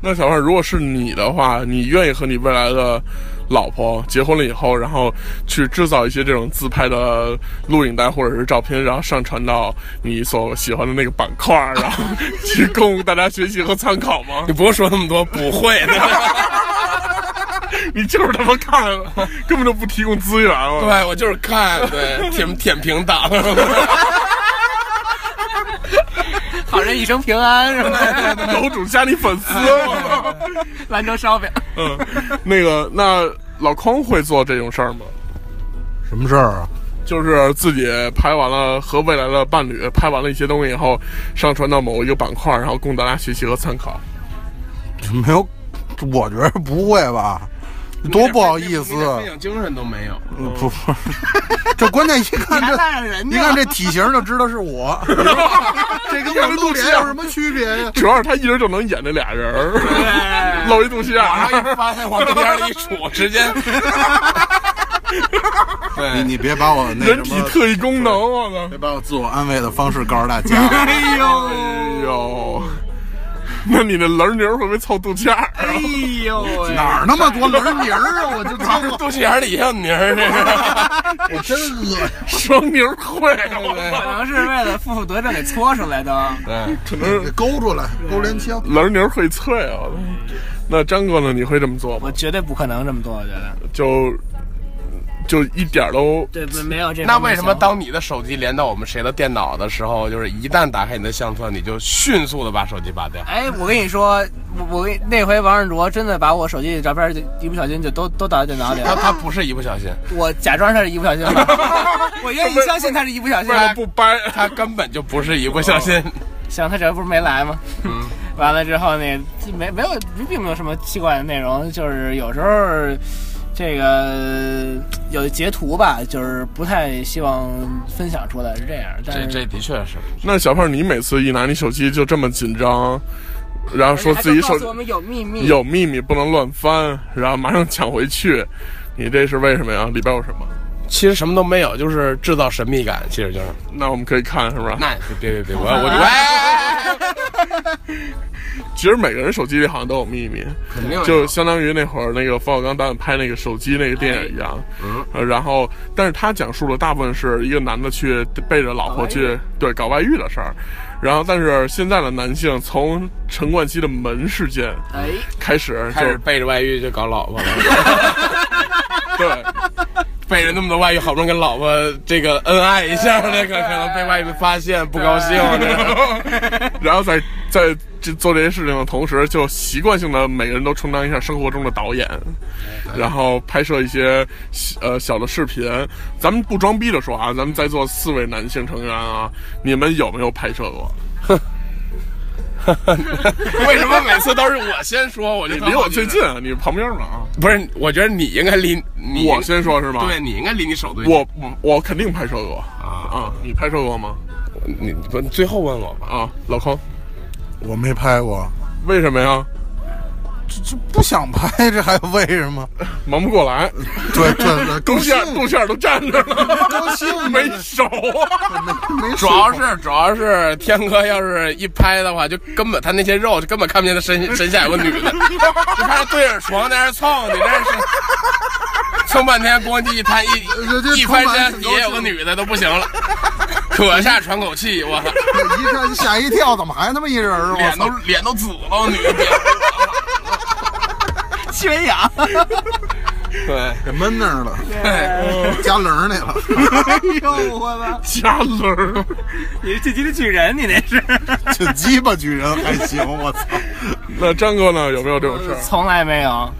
那小范，如果是你的话，你愿意和你未来的老婆结婚了以后，然后去制造一些这种自拍的录影带或者是照片，然后上传到你所喜欢的那个板块，然后 去供大家学习和参考吗你？不用说那么多，不会的， 你就是他妈看，根本就不提供资源啊了。对我就是看，对舔舔屏党， 好人一生平安什么的，楼主加你粉 丝，兰州 烧饼。嗯，那个，那老匡会做这种事儿吗？什么事儿啊？就是自己拍完了和未来的伴侣拍完了一些东西以后，上传到某一个板块，然后供大家学习和参考。没有，我觉得不会吧，多不好意思。分享精神都没有，不是，这关键一看还这赖上人 一家看这体型就知道是我，这跟我露脸有什么区别呀？主要是他一人就能演这俩人 儿，露一啊肚脐眼哎然后一儿。发现往那边一杵，直接，你对，你别把我那人什体么，特异功能，啊我操！别把我自我安慰的方式告诉大家。哎呦，哎呦，那你那棱儿会不会凑肚脐眼儿？哎呦 喂，哪儿那么多轮名儿啊！我就操， 肚脐眼里也有泥儿，这 是。我真恶心。双นิ้儿会，我可能是为了负负得正给搓出来的。 可能给勾出来，勾连枪。棱儿会脆啊。那张哥呢？你会这么做吗我？绝对不可能这么做，我觉得就就一点儿都对不没有这。那为什么当你的手机连到我们谁的电脑的时候，就是一旦打开你的相册，你就迅速的把手机拔掉？哎，我跟你说，我我跟那回王振卓真的把我手机的照片就一不小心就都都打到电脑里他了，他不是一不小心，我假装他是一不小心吧，我愿意相信他是一不小心啊为。了不哦掰，他根本就不是一不小心。想他这不是没来吗？嗯完了之后呢，没没有并没有什么奇怪的内容，就是有时候这个有截图吧，就是不太希望分享出来是这样，但这是这的确是，那小胖，你每次一拿你手机就这么紧张，然后说自己手还告诉我们有秘密，有秘密不能乱翻，然后马上抢回去，你这是为什么呀？里边有什么？其实什么都没有，就是制造神秘感，其实就是。那我们可以看是吧？那别别别，我要我就哎，其实每个人手机里好像都有秘密，肯定 就相当于那会儿那个冯小刚导演拍那个手机那个电影一样。嗯，然后但是他讲述的大部分是一个男的去背着老婆去对搞外遇的事儿，然后但是现在的男性从陈冠希的门事件哎，开始就开始背着外遇就搞老婆了， 对。背着那么多外遇，好不容易跟老婆这个恩爱一下，那个可能被外遇发现不高兴啊了。 然后在在这做这些事情的同时，就习惯性的每个人都充当一下生活中的导演，然后拍摄一些呃小的视频。咱们不装逼的说啊，咱们在座四位男性成员啊，你们有没有拍摄过？ 为什么每次都是我先说？我就你离我最近，你旁边嘛啊？不是，我觉得你应该离你我先说是吗？对，你应该离你手最近。我我我肯定拍摄过啊！你拍摄过吗？你不最后问我吧，啊，老康，我没拍过，为什么呀？ 这这不想拍，这还有为什么？忙不过 来，对对对，肚高兴线肚线都站着了，没手啊！没 主要是主要是天哥要是一拍的话，就根本他那些肉就根本看不见他身 身下有个女的，就开始对着床在那儿蹭，你这是 蹭半天，咣叽一摊这这一一翻充满身，很底高下有个兴女的都不 行了， 可下喘口气，我操，一看吓一跳，怎么还他妈一人儿？我脸操都！ 脸都紫了，女的。气门痒，对，给闷那儿了，加棱儿来了。哎呦我操，加轮儿。 你是进击的巨人，你那是 就鸡巴举人还行，我操！那张哥呢？有没有这种事儿？ 从来没有，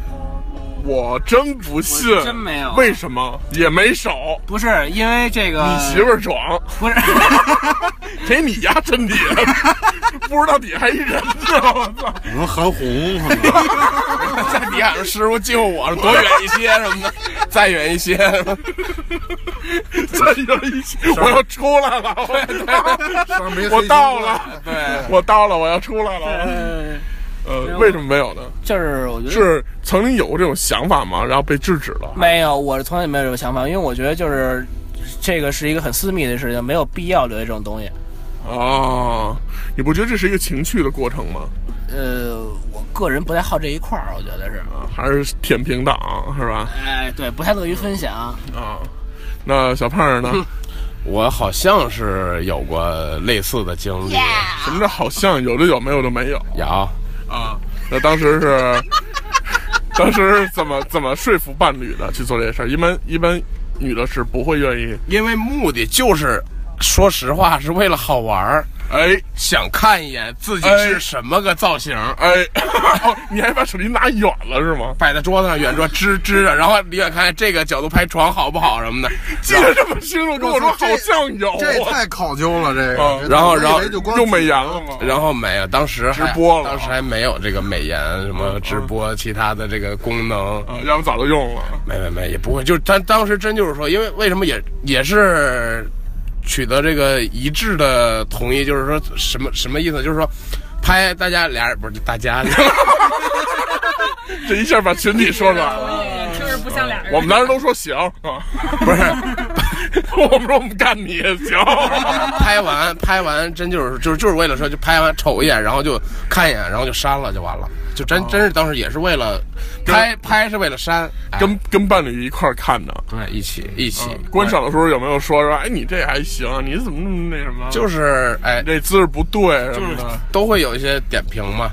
我真不信，我真没有为什么也没手？不是因为这个，嗯你媳妇儿爽，不是。给你压真底 下，不知道底下还一人呢！我操！我们韩红，我在 底下说师傅救我，多远一些什 么的，再远一些。再有一 起，我要出来了！我我操到了，对， 我到了，我要出来了！呃，为什么没有呢？就是我觉得是曾经有过这种想法吗？然后被制止了？没有，我是从来没有这种想法，因为我觉得就是这个是一个很私密的事情，没有必要留下这种东西。哦，你不觉得这是一个情趣的过程吗？呃，我个人不太好这一块儿，我觉得是，啊还是舔屏党是吧？哎，对，不太乐于分享。啊，那小胖儿呢？我好像是有过类似的经历，什么叫好像有的有，没有的没有有。啊？那当时是， 当时是怎么怎么说服伴侣的去做这些事儿？一般一般女的是不会愿意，因为目的就是，说实话是为了好玩儿，哎想看一眼自己哎是什么个造型。哎， 哦，你还把手机拿远了是吗？摆在桌子上，远说吱吱的，然后离远看这个角度拍床好不好 什么的，记得这么清楚，跟我说这好像有，这太考究了，这啊个。然后我以然后为就光又美颜了吗？然后没有，当时还直播了当时还没有这个美颜什么直播其他的这个功能，啊，要不早就用了。没没没也不会，就是当当时真就是说，因为为什么也也是取得这个一致的同意，就是说什么什么意思，就是说拍大家俩人不是大家， 这一下把群体说出来哎了。听着不像俩人。我们男人都说行啊，不是。我们说我们干你也 行。拍完拍完，真就是就是就是为了说，就拍完瞅一眼，然后就看一眼，然后就删了，就完了。就真、真是哦当时也是为了拍拍是为了删，哎跟跟伴侣一块儿看的，对一起一起观赏的时候有没有说说？哎，你这还行，你怎么那么那什么？就是哎你，这姿势不对什么的。都会有一些点评嘛，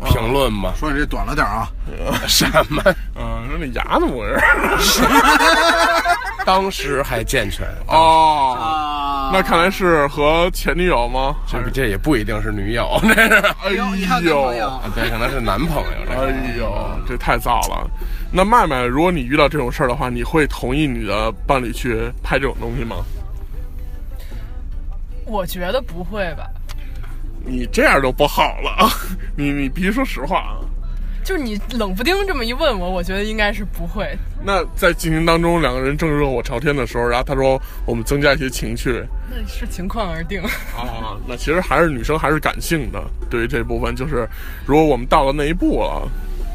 哦评论嘛， 说你这短了点啊，什么？嗯，说那牙怎么回事？当时还健全，啊哦， 那看来是和前女友吗？这不这也不一定是女友， 这是哎朋呦友，对，可能是男朋友。这是哦哎呦，这太糟了。那麦麦，如果你遇到这种事儿的话，你会同意你的伴侣去拍这种东西吗？我觉得不会吧，你这样就不好了， 你你必须说实话啊。就是你冷不丁这么一问我，我觉得应该是不会。那在进行当中，两个人正热火朝天的时候，然后他说我们增加一些情趣那是情况而定。啊，那其实还是女生还是感性的，对于这部分就是，如果我们到了那一步了，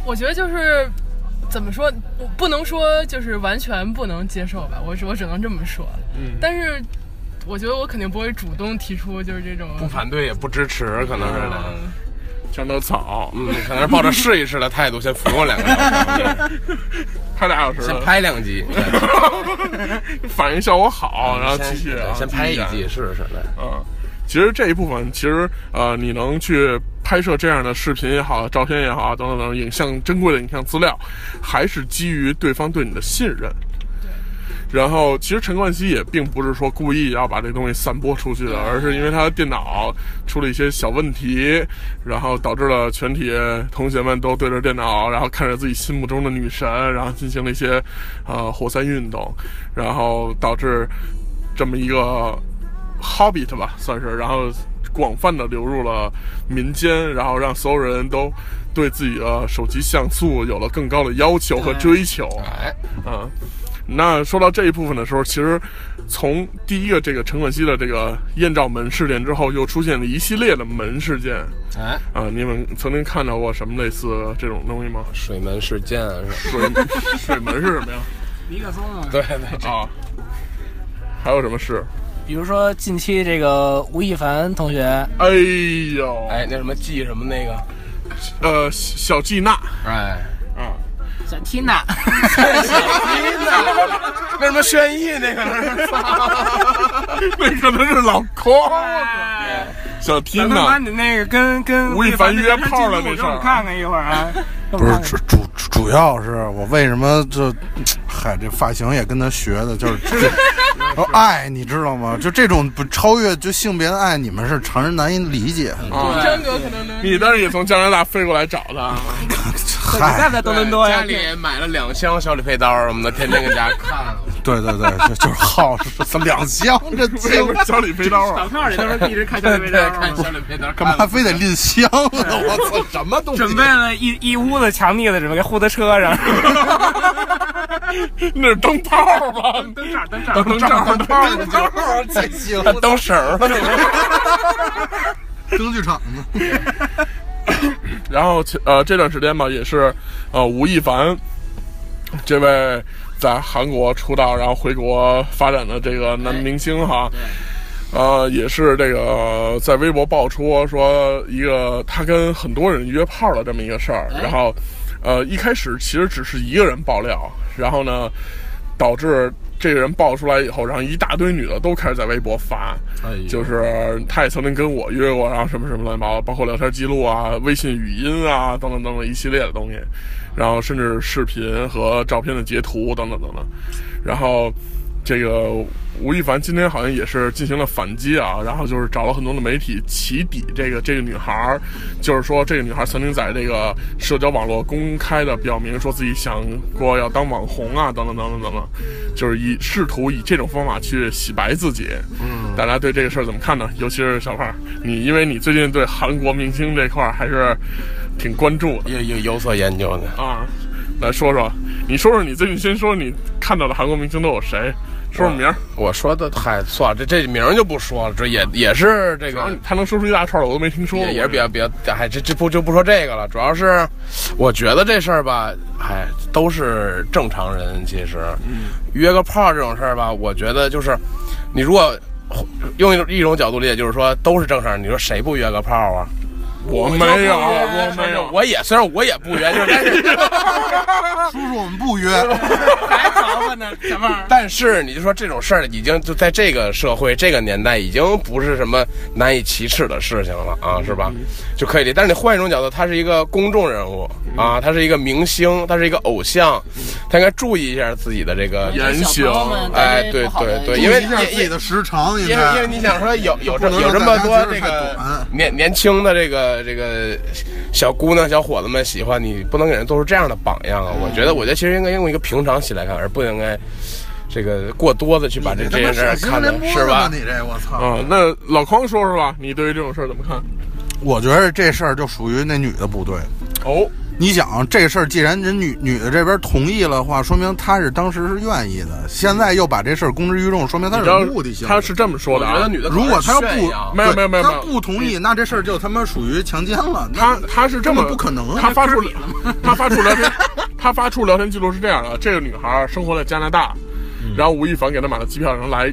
我觉得就是怎么说，我不能说就是完全不能接受吧，我只我只能这么说。嗯，但是我觉得我肯定不会主动提出就是这种不反对也不支持，可能是的，墙头草嗯，可能是抱着试一试的态度先服我两个小时，拍俩小时，先拍两集，反应效果好，然后继续啊先拍一继续季试试。对啊。其实这一部分，其实呃，你能去拍摄这样的视频也好，照片也好，等等等，影像珍贵的影像资料，还是基于对方对你的信任。然后，其实陈冠希也并不是说故意要把这东西散播出去的，而是因为他的电脑出了一些小问题，然后导致了全体同学们都对着电脑，然后看着自己心目中的女神，然后进行了一些呃活塞运动，然后导致这么一个 Hobbit 吧，算是，然后广泛的流入了民间，然后让所有人都对自己的手机像素有了更高的要求和追求。哎，啊。那说到这一部分的时候，其实从第一个这个陈冠希的这个艳照门事件之后，又出现了一系列的门事件哎，啊。你们曾经看到过什么类似这种东西吗？水门事件是吧？水水门 是什么呀？尼克松 啊，对对，啊，还有什么事？比如说近期这个吴亦凡同学，哎呦，哎，那什么季什么那个，呃，小季娜 哎，啊，小 Tina，那什么轩逸那个，那可能是老匡，小缇咱们把娜你那个跟跟吴亦凡约炮了那那事事儿我看看一会儿 啊。不是主主主要是我为什么这，嗨，这发型也跟他学的， 就是这哦爱，你知道吗？就这种不超越就性别的爱，你们是常人难以理解的。啊，张哥可能能你当时也从加拿大飞过来找啊他，嗨，在不在多伦多呀家？里买了两箱小李飞刀什么的，天天搁家看。对对对，就就是好是两箱，这这不这是小李飞刀啊小？票里都是一直看小李对，飞看小李飞刀，干嘛非得拎啊箱子？ 我操，什么东西？准备了一一屋子墙壁的，准备给护在车上。那是灯泡吧？灯罩，灯罩，灯罩，灯泡，才 行，看灯绳儿了？蒸剧场呢？然后前呃这段时间吧，也是呃吴亦凡这位在韩国出道，然后回国发展的这个男明星哈。呃，也是这个在微博爆出说一个他跟很多人约炮的这么一个事儿，然后，呃，一开始其实只是一个人爆料，然后呢，导致这个人爆出来以后，然后一大堆女的都开始在微博发，哎嗯就是他也曾经跟我约过，然后什么什么乱七八糟，包括聊天记录啊、微信语音啊等等等等一系列的东西，然后甚至视频和照片的截图等等等等，然后。这个吴亦凡今天好像也是进行了反击啊，然后就是找了很多的媒体起底这个这个女孩儿，就是说这个女孩儿曾经在这个社交网络公开的表明说自己想过要当网红啊，等等等等等等，就是以试图以这种方法去洗白自己。嗯，大家对这个事儿怎么看呢？尤其是小胖儿，你因为你最近对韩国明星这块儿还是挺关注的有有有所研究的。啊，来说说，你说说你最近先说你看到的韩国明星都有谁？说说名儿。我说的，嗨，算了，这这名儿就不说了，这也也是这然后个他能说出一大串儿，我都没听说过。也也是比较比较，哎，这这不就不说这个了，主要是我觉得这事儿吧，哎，都是正常人，其实，嗯约个炮这种事儿吧，我觉得就是，你如果用一种一种角度理解，就是说都是正常人，你说谁不约个炮啊？我没有，啊我没有，我也虽然我也不约，就是但是。叔叔，我们不约，还找我呢，小妹儿但是你就说这种事儿已经就在这个社会这个年代已经不是什么难以启齿的事情了嗯啊，是吧？就可以理解。但是你换一种角度，他是一个公众人物啊，他是一个明嗯星，他是一个偶像，他应该注意一下自己的这个言行小朋友们哎都对是不好的对对注因为意一下自己的时长，因应为因为该。你想说有有这不能有这让么大家多觉得这太个短年年轻的这个这个小姑娘小伙子们喜欢你，不能给人做出这样的榜样啊！我觉嗯得，我觉得其实应该用一个平常心来看，而不应该这个过多的去 把这这件事儿看的是吧？嗯你这我操！啊，那老匡说说吧，你对于这种事儿怎么看？我觉得这事儿就属于那女的不对。哦，你想这事儿，既然人女女的这边同意了话，说明她是当时是愿意的。现在又把这事儿公之于众，说明她你是知道有目的性的。他是这么说我的觉得啊，女的如果她要不炫耀没有对没有没有没她有不同意，那这事儿就他妈属于强奸了。那他他是这根么本不可能。啊他发出 他发出聊天，他发出聊天记录是这样的：啊这个女孩儿生活在加拿大，然后吴亦凡给她买了机票，然后来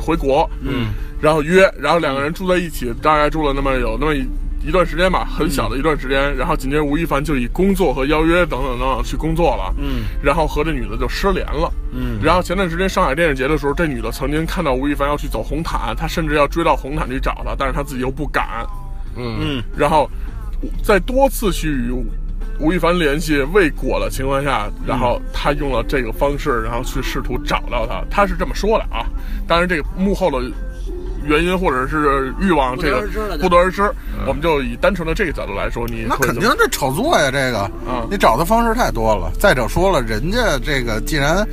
回国，嗯，然后约，然后两个人住在一起，大概住了那么有那么一。一段时间吧，很小的一段时间，然后紧接着吴亦凡就以工作和邀约等等等等去工作了，嗯，然后和这女的就失联了，嗯，然后前段时间上海电视节的时候，这女的曾经看到吴亦凡要去走红毯，她甚至要追到红毯去找他，但是她自己又不敢，嗯嗯然后在多次去与吴亦凡联系未果的情况下，然后他用了这个方式，然后去试图找到他。他是这么说的啊，当然这个幕后的原因或者是欲望，这个不得而知了就不得而知。我们就以单纯的这个角度来说，你那会肯怎么定这炒作呀，这个嗯，你找的方式太多了。再者说了，人家这个既然，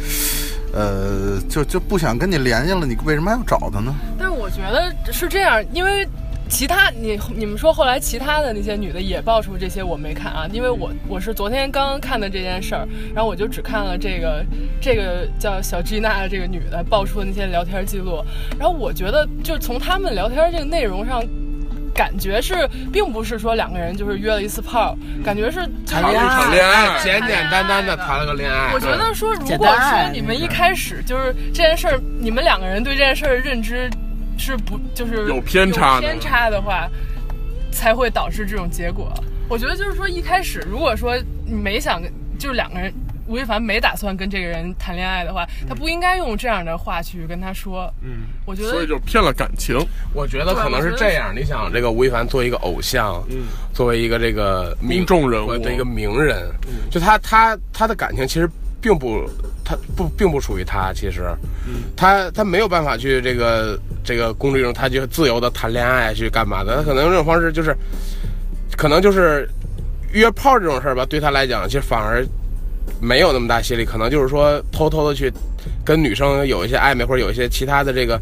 呃，就就不想跟你联系了，你为什么还要找他呢？但是我觉得是这样，因为其他你你们说后来其他的那些女的也爆出这些，我没看啊，因为我我是昨天刚刚看的这件事儿，然后我就只看了这个这个叫小 G 娜的这个女的爆出的那些聊天记录，然后我觉得就从他们聊天这个内容上。感觉是，并不是说两个人就是约了一次炮，感觉是就是谈了一场恋爱，简简单单的对谈了个恋爱。我觉得说，如简果单啊说你们一开始就是这件事儿，你们两个人对这件事儿认知是不就是有偏差的偏差的话，才会导致这种结果。我觉得就是说，一开始如果说你没想跟，就是两个人。吴亦凡没打算跟这个人谈恋爱的话，他不应该用这样的话去跟他说。嗯，我觉得所以就骗了感情。我觉得可能是嗯这样。你想，这个吴亦凡作为一个偶像，作为一个这个公名众人物嗯对一个名人，就他他他的感情其实并不，他不并不属于他，其实，嗯他他没有办法去这个这个公众中，他就自由的谈恋爱去干嘛的，他可能这种方式就是，可能就是约炮这种事儿吧，对他来讲，其实反而没有那么大吸引力，可能就是说偷偷的去跟女生有一些暧昧，或者有一些其他的这个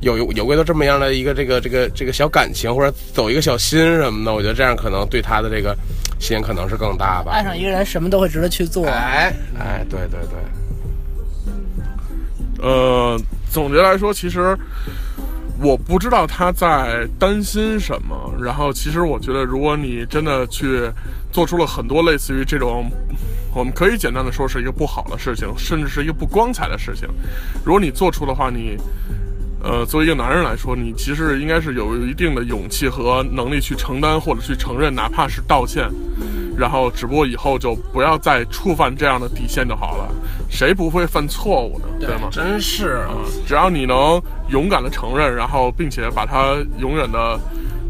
有有有过这么样的一个这个这个这个小感情，或者走一个小心什么的，我觉得这样可能对他的这个吸引可能是更大吧。爱上一个人，什么都会值得去做。哎哎，对对对，呃，总结来说，其实我不知道他在担心什么。然后，其实我觉得，如果你真的去做出了很多类似于这种，我们可以简单的说是一个不好的事情，甚至是一个不光彩的事情。如果你做出的话，你，呃，作为一个男人来说，你其实应该是有一定的勇气和能力去承担或者去承认，哪怕是道歉。然后，只不过以后就不要再触犯这样的底线就好了。谁不会犯错误呢？对吗？真是啊，只要你能勇敢的承认，然后并且把它永远的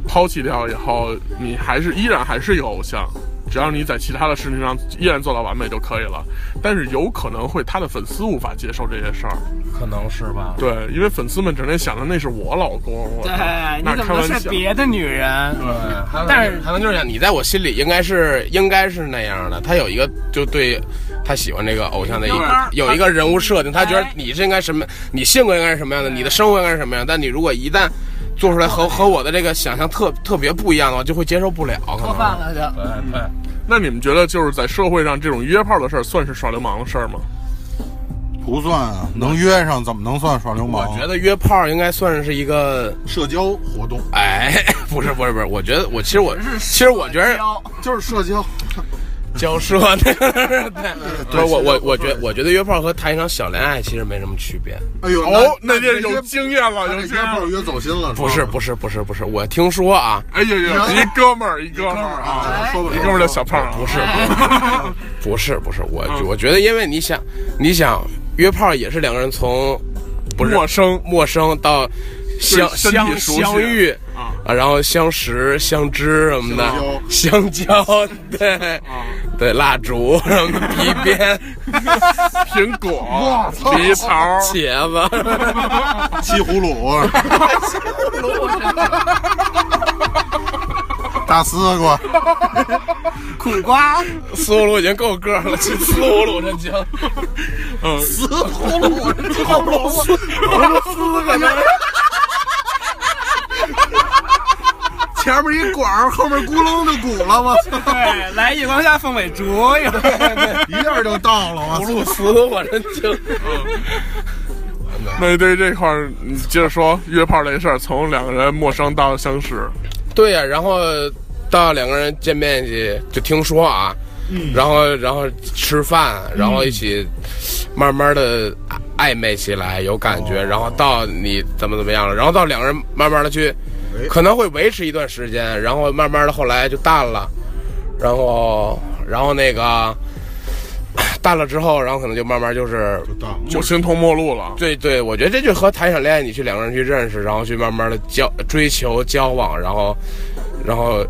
抛弃掉以后，你还是依然还是一个偶像。只要你在其他的事情上依然做到完美就可以了。但是有可能会他的粉丝无法接受这些事儿，可能是吧？对，因为粉丝们整天想着那是我老公，我对，那哎你怎开么玩能是笑。别的女人？对，还能但是还能就是想你在我心里应该是应该是那样的，他有一个就对他喜欢这个偶像的一当然有一个人物设定，他觉得哎你是应该什么，你性格应该是什么样的，你的生活应该是什么样的，但你如果一旦做出来和和我的这个想象特特别不一样的话，就会接受不了。脱脱饭了就。对对，那你们觉得就是在社会上这种约炮的事儿算是耍流氓的事儿吗？不算啊，能约上怎么能算耍流我氓？觉得约炮应该算是一个，社交活动哎， 不是不是不是，我觉得我其实我其实我觉得就是社交，交涉那个， 对，不是我我我觉我觉得约炮和谈一场小恋爱其实没什么区别。哎呦，哦，那那这有经验了，有这经约验炮了。约走心了，不嗯是不是不是不是，我听说啊，哎呦呦，一哥们儿，一哥们儿啊，说吧，一哥们儿叫小胖啊，不是不是不是，我嗯我觉得因为你想你想约炮也是两个人从不是陌生陌生到相对身体相熟悉相遇啊啊，然后相识相知什么的，香蕉 对啊对蜡烛什么的皮鞭苹果、梨桃、 茄子。西葫芦，大丝瓜，苦瓜，丝葫芦已经够个儿了，去丝葫芦这经。前面一管儿，后面咕隆就鼓了，我操，对，来夜光下凤尾竹，一下就到了，我葫操，芦丝，我这经。那对于这块儿，你接着说约炮这事儿，从两个人陌生到相识，对呀、然后到两个人见面去，就听说啊，然后然后吃饭，然后一起慢慢的暧昧起来，有感觉，然后到你怎么怎么样了，然后到两个人慢慢的去，可能会维持一段时间，然后慢慢的后来就淡了，然后然后那个。淡了之后，然后可能就慢慢就是就形同陌路了。对对，我觉得这就和谈一场恋爱，你去两个人去认识，然后去慢慢的交追求交往，然后然后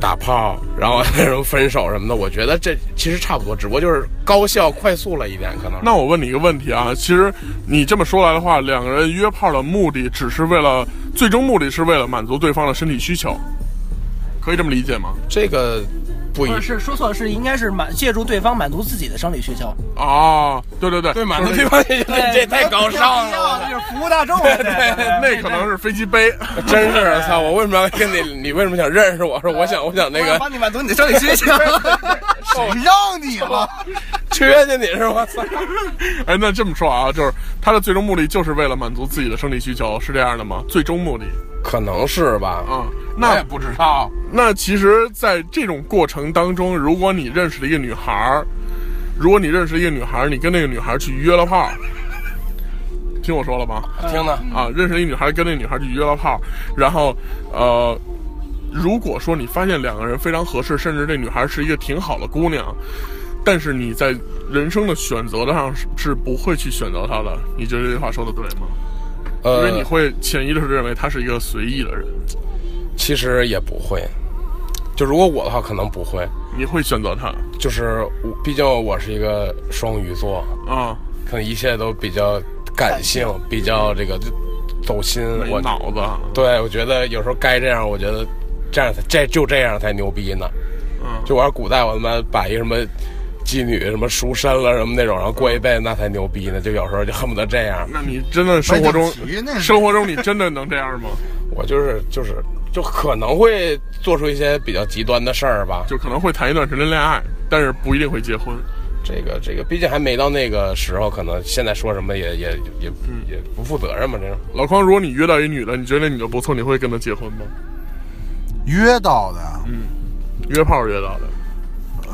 打炮，然后那种分手什么的，我觉得这其实差不多，只不过就是高效快速了一点，可能那我问你一个问题啊，其实你这么说来的话，两个人约炮的目的只是为了，最终目的是为了满足对方的身体需求，可以这么理解吗？这个不一不是说错了，是应该是满借助对方满足自己的生理需求，哦，对对对，对满足 对方，这这太高尚这了。是服务大众的。对那可能是飞机杯，真是操！我为什么要跟你？你为什么想认识我？说我想，我想那我要个帮你满足你的生理需求，谁让你了？ 缺去你是吧？操！ 哎，那这么说啊，就是他的最终目的就是为了满足自己的生理需求，是这样的吗？最终目的可能是吧。啊、那不知道，那其实，在这种过程当中，如果你认识了一个女孩儿，如果你认识一个女孩儿，你跟那个女孩儿去约了炮，听我说了吗？听呢？啊，认识一个女孩儿，跟那个女孩儿去约了炮，然后，呃，如果说你发现两个人非常合适，甚至这女孩儿是一个挺好的姑娘，但是你在人生的选择上是是不会去选择她的，你觉得这句话说的对吗？因呃嗯为，你会潜意识地认为她是一个随意的人，其实也不会。就如果我的话，可能不会。你会选择她就是我，毕竟我是一个双鱼座，啊，可能一切都比较感性，比较这个走心。没我脑子啊。对我觉得有时候该这样，我觉得这样才这就这样才牛逼呢。嗯就玩古代，我他妈把一个什么妓女什么赎身了什么那种，然后过一辈子那才牛逼呢。就有时候就恨不得这样，那你真的生活中白景琦那，是生活中你真的能这样吗？我就是就是就可能会做出一些比较极端的事儿吧。就可能会谈一段时间恋爱，但是不一定会结婚。这个这个，毕竟还没到那个时候，可能现在说什么也也也也不负责任嘛，这种。老匡，如果你约到一女的，你觉得那女的不错，你会跟她结婚吗？约到的呀，约炮约到的，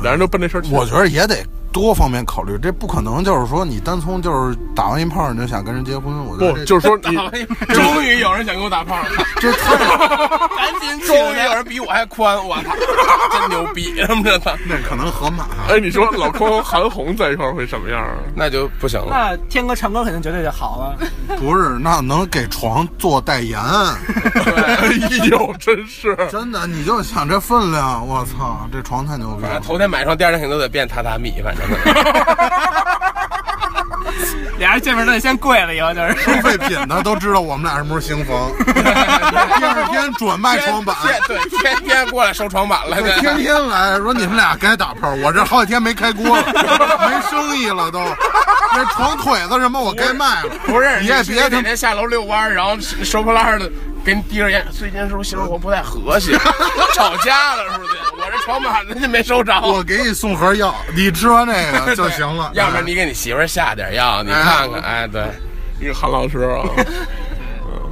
俩人都奔这事儿去。我觉得也得多方面考虑，这不可能就是说你单从就是打完一炮你就想跟人结婚，我觉得不，这就是说 你哎终于有人想给我打炮，这 太赶紧！终于有人比我还宽，我操，真牛逼！什么的，操那可能河马哎，你说老匡和韩红在一块儿会什么样啊？ 那就不行了。那天哥唱歌肯定绝对就好啊了。不是那能给床做代言，哎呦，真是真的你就想这分量，我操，这床太牛逼反了正。头天买床，第二天肯定都得变榻榻米，反正。 俩人见面都得先跪了，以后就是。付费品的都知道我们俩什么时候 行房，第二天准卖床板，天对，天天过来收床板了，对天天来说你们俩该打炮，我这好几天没开锅了，没生意了都，那床腿子什么我该卖了， 不是，你也你别他天妈天下楼遛弯儿，然后收破烂儿的给你递根烟，最近是不是生活不太和谐， 吵架了是不是？我这床板子就没收着，。我给你送盒药，你吃完这个就行了要不然你给你媳妇儿下点药，你看看，哎，对，一个韩老师啊。 嗯，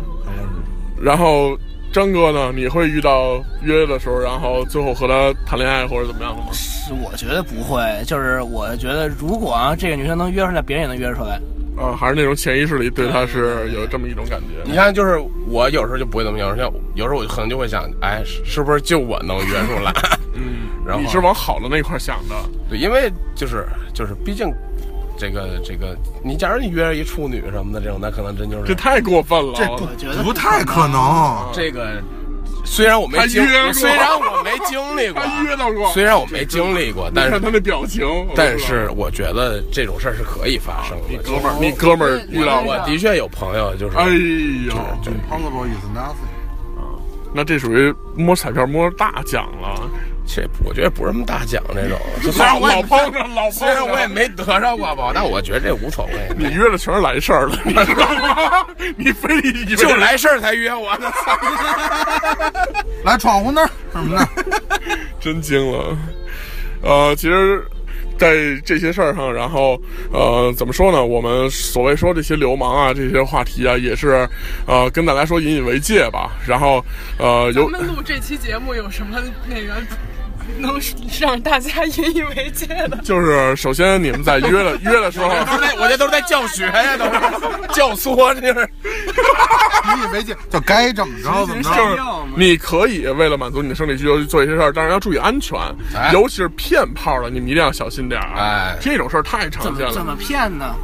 然后张哥呢？你会遇到约的时候，然后最后和他谈恋爱或者怎么样的吗？我觉得不会，就是我觉得如果啊这个女生能约出来，别人也能约出来。啊，还是那种潜意识里对他是有这么一种感觉。你看，就是我有时候就不会这么想，像有时候我可能就会想，哎，是是不是就我能约出来？嗯， 然后你是往好的那块儿想的，对，因为就是就是，毕竟这个这个，你假如你约一处女什么的这种，那可能真就是这太过分了。我觉得不太可能，这个，虽然我没他经约，过虽然我没经历过，他约到过虽然我没经历过，但你看是他那表情，我都但知道是我觉得这种事儿是可以发生的。哥们儿，啊你哥们儿遇到我过，的确有朋友就是，哎呦，就 possible is nothing。那这属于摸彩票摸大奖了。这我觉得不是什么大奖 这种，就虽然我老老碰上，老啊虽碰然上我也没得着过吧，但我觉得这无所谓。你约的全是来事儿的，你知道吗？ 你非得以为就来事儿才约我呢，来闯红灯儿什么的，真惊了。呃，其实，在这些事儿上，然后呃，怎么说呢？我们所谓说这些流氓啊，这些话题啊，也是呃，跟大家说引以为戒吧。然后呃，咱有们录这期节目有什么那个能让大家引以为戒的？就是首先你们在约的约的时候，都是在我这都是在教学呀，都是教唆，这就是。你以为这就该怎么着怎么就着？是你可以为了满足你的生理需求去做一些事儿，但是要注意安全，哎尤其是骗炮的，你们一定要小心点儿。啊哎这种事儿太怎常见么怎了。么骗呢？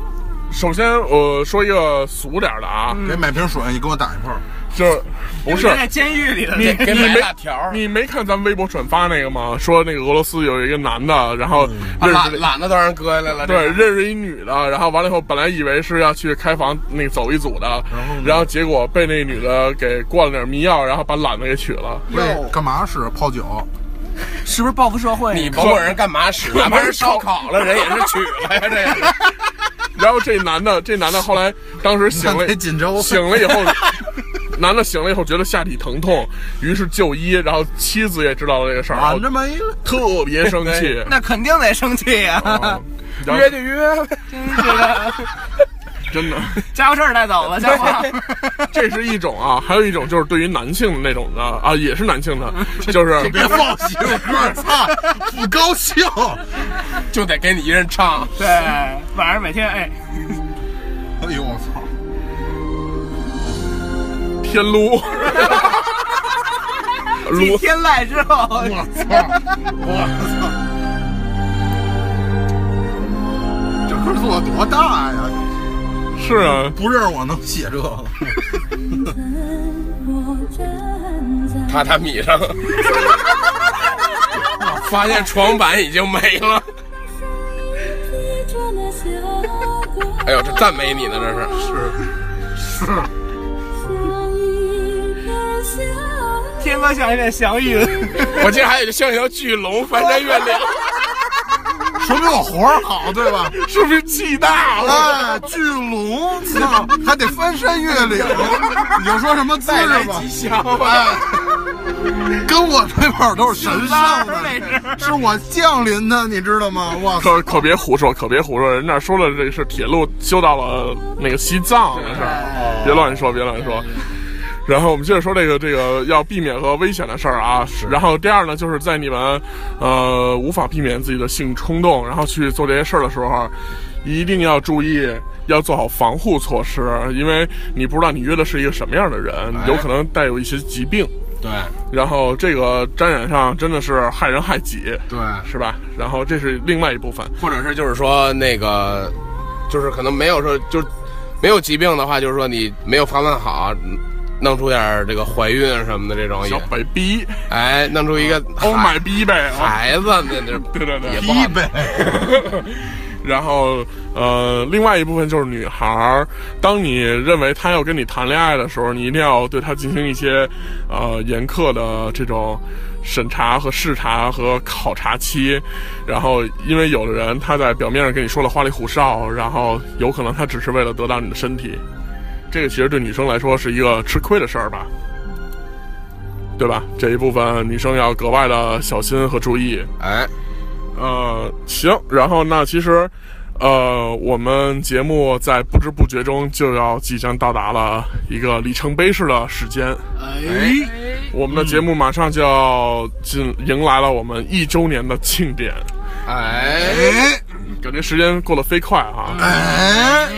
首先，我、说一个俗点儿的啊，嗯给买瓶水，你给我打一炮。就是不是人在监狱里的你那给你买没俩条儿你没看咱微博转发那个吗？说那个俄罗斯有一个男的，然嗯后认识、懒懒的都让人割下来了。对，认识一女的，然后完了以后，本来以为是要去开房那走一组的，然后结果被那女的给灌了点迷药，然后把懒子给娶了。为干嘛使泡酒？是不是报复社会？啊你甭管人干嘛 使，哪怕人烧烤了，人也是娶了呀，这也是。然后这男的，这男的后来当时醒 了那，得锦州醒了以后， 男的醒了以后觉得下体疼痛，于是就医，然后妻子也知道了这个事儿，然后俺这没了。特别生 气。那肯定得生气呀、啊然后约就约呗，真的，家伙事儿带走了，家伙。这是一种啊，还有一种就是对于男性的那种的啊，也是男性的， 就是 别放媳妇歌，操，不高兴。就得给你一人唱。对，晚上每天哎，哎呦我操！天撸。 一撸天赖之后，这歌做的多大呀？是啊，不认识我能写这个？榻榻米 上，发现床板已经没了。哎呦，这赞美你呢，这是天哥像一片祥云，我记得还有像一条巨龙翻山 越岭，说明我活儿好，对吧？是不是气大了？哎，巨龙，操， 还得翻山越岭。你就说什么姿势吧？吉祥。哎，跟我吹泡都是神圣的，是我降临的，你知道吗？我操！可 可别胡说，可别胡说，人那说了这是铁路修到了那个西藏的事儿，别乱说，别乱说。然后我们接着说这个这个要避免和危险的事儿啊。然后第二呢，就是在你们呃无法避免自己的性冲动，然后去做这些事儿的时候，啊一定要注意，要做好防护措施，因为你不知道你约的是一个什么样的人，有可能带有一些疾病。对然后这个沾染上真的是害人害己，对，是吧？然后这是另外一部分。或者是就是说那个，就是可能没有说就是没有疾病的话，就是说你没有防范好，弄出点儿这个怀孕啊什么的这种也小，北逼哎，弄出一个，Oh 孩 my 逼呗，啊孩子那这对对对也，不好逼呗， 然后，呃，另外一部分就是女孩儿，当你认为她要跟你谈恋爱的时候，你一定要对她进行一些，呃，严苛的这种审查和视察和考察期。然后，因为有的人他在表面上跟你说了花里胡哨，然后有可能他只是为了得到你的身体，这个其实对女生来说是一个吃亏的事儿吧，对吧？这一部分女生要格外的小心和注意。哎，呃，行，然后那其实，呃，我们节目在不知不觉中就要即将到达了一个里程碑式的时间，哎，我们的节目马上就要进迎来了我们一周年的庆典，哎，感觉时间过得飞快啊！哎，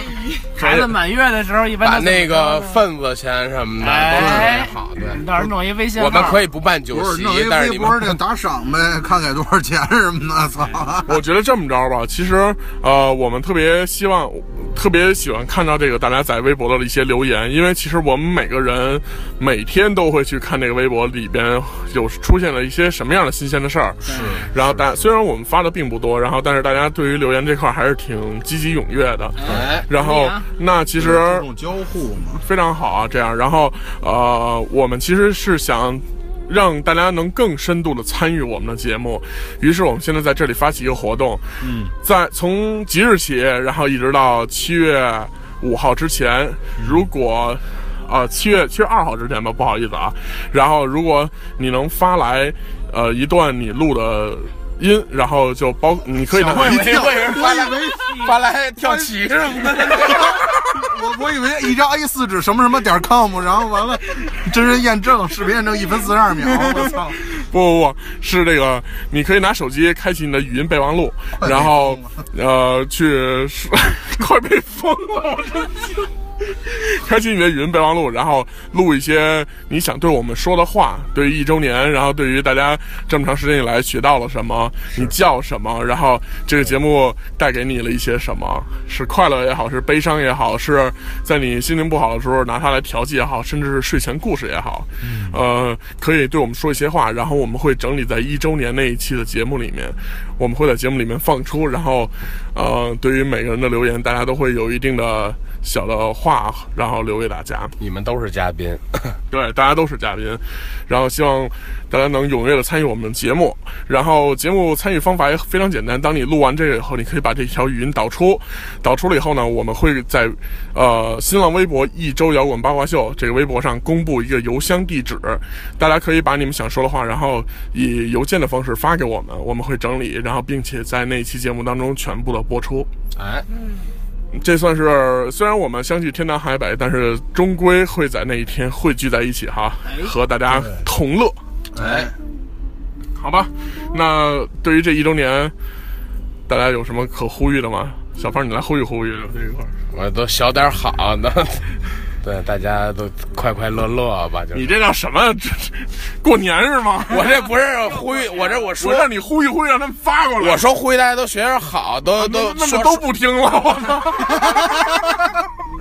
孩子满月的时候一般把都怎么那个份子钱什么的哎都准备好，你对，到时候弄一啊微信号，我们可以不办酒不是席弄一，但是微你们博那打赏呗，看给多少钱什么的， 操！ 我觉得这么着吧，其实呃，我们特别希望，特别喜欢看到这个大家在微博的一些留言，因为其实我们每个人每天都会去看这个微博里边有出现了一些什么样的新鲜的事儿。是，然后大虽然我们发的并不多，然后但是大家对于留言这块还是挺积极踊跃的。哎，然后那其实这种交互嘛，非常好啊，这样，然后呃，我们其实是想。让大家能更深度的参与我们的节目，于是我们现在在这里发起一个活动，嗯，在从即日起，然后一直到七月五号之前，如果啊七月七月二号之前吧，不好意思啊，然后如果你能发来呃一段你录的音，然后就包你可以拿我以为会人发来我以为 发来跳棋什么的，我我以为一张 A 四纸什么什么点 com，然后完了， 真人验证，视频验证一分四十二秒，我操！不不不，是这个，你可以拿手机开启你的语音备忘录，然后呃去，快被封了，我真的开启你的语音备忘录，然后录一些你想对我们说的话，对于一周年，然后对于大家这么长时间以来学到了什么，你叫什么，然后这个节目带给你了一些什么，是快乐也好，是悲伤也好，是在你心情不好的时候拿它来调剂也好，甚至是睡前故事也好，呃，可以对我们说一些话，然后我们会整理在一周年那一期的节目里面，我们会在节目里面放出，然后，呃，对于每个人的留言，大家都会有一定的小的话，然后留给大家。你们都是嘉宾，对，大家都是嘉宾，然后希望大家能踊跃的参与我们的节目。然后节目参与方法也非常简单，当你录完这个以后，你可以把这条语音导出，导出了以后呢，我们会在呃新浪微博“一周摇滚八卦秀”这个微博上公布一个邮箱地址，大家可以把你们想说的话，然后以邮件的方式发给我们，我们会整理，然后并且在那期节目当中全部的播出。哎，这算是虽然我们相距天南海北，但是终归会在那一天汇聚在一起哈，和大家同乐，哎，好吧？那对于这一周年，大家有什么可呼吁的吗？小胖，你来呼吁呼吁这一块儿。我都小点好，那 对大家都快快乐乐吧，就是你这叫什么？这这过年是吗？我这不是呼吁，我这我说我让你呼吁呼吁，让他们发过来。我说呼吁大家都学点好，都都那说么都不听了，我操！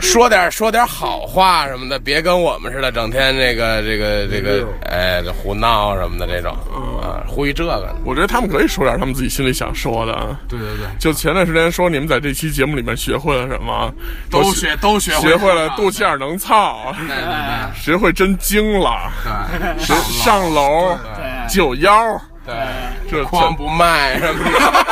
说点说点好话什么的，别跟我们似的，整天这个这个这个，哎，这胡闹什么的这种啊，呼吁这个呢我觉得他们可以说点他们自己心里想说的啊。对对对，就前段时间说你们在这期节目里面学会了什么，都学都学学会了了肚脐眼能操，对对学会真经了，对，学上楼，九幺，对，这光不卖什么的，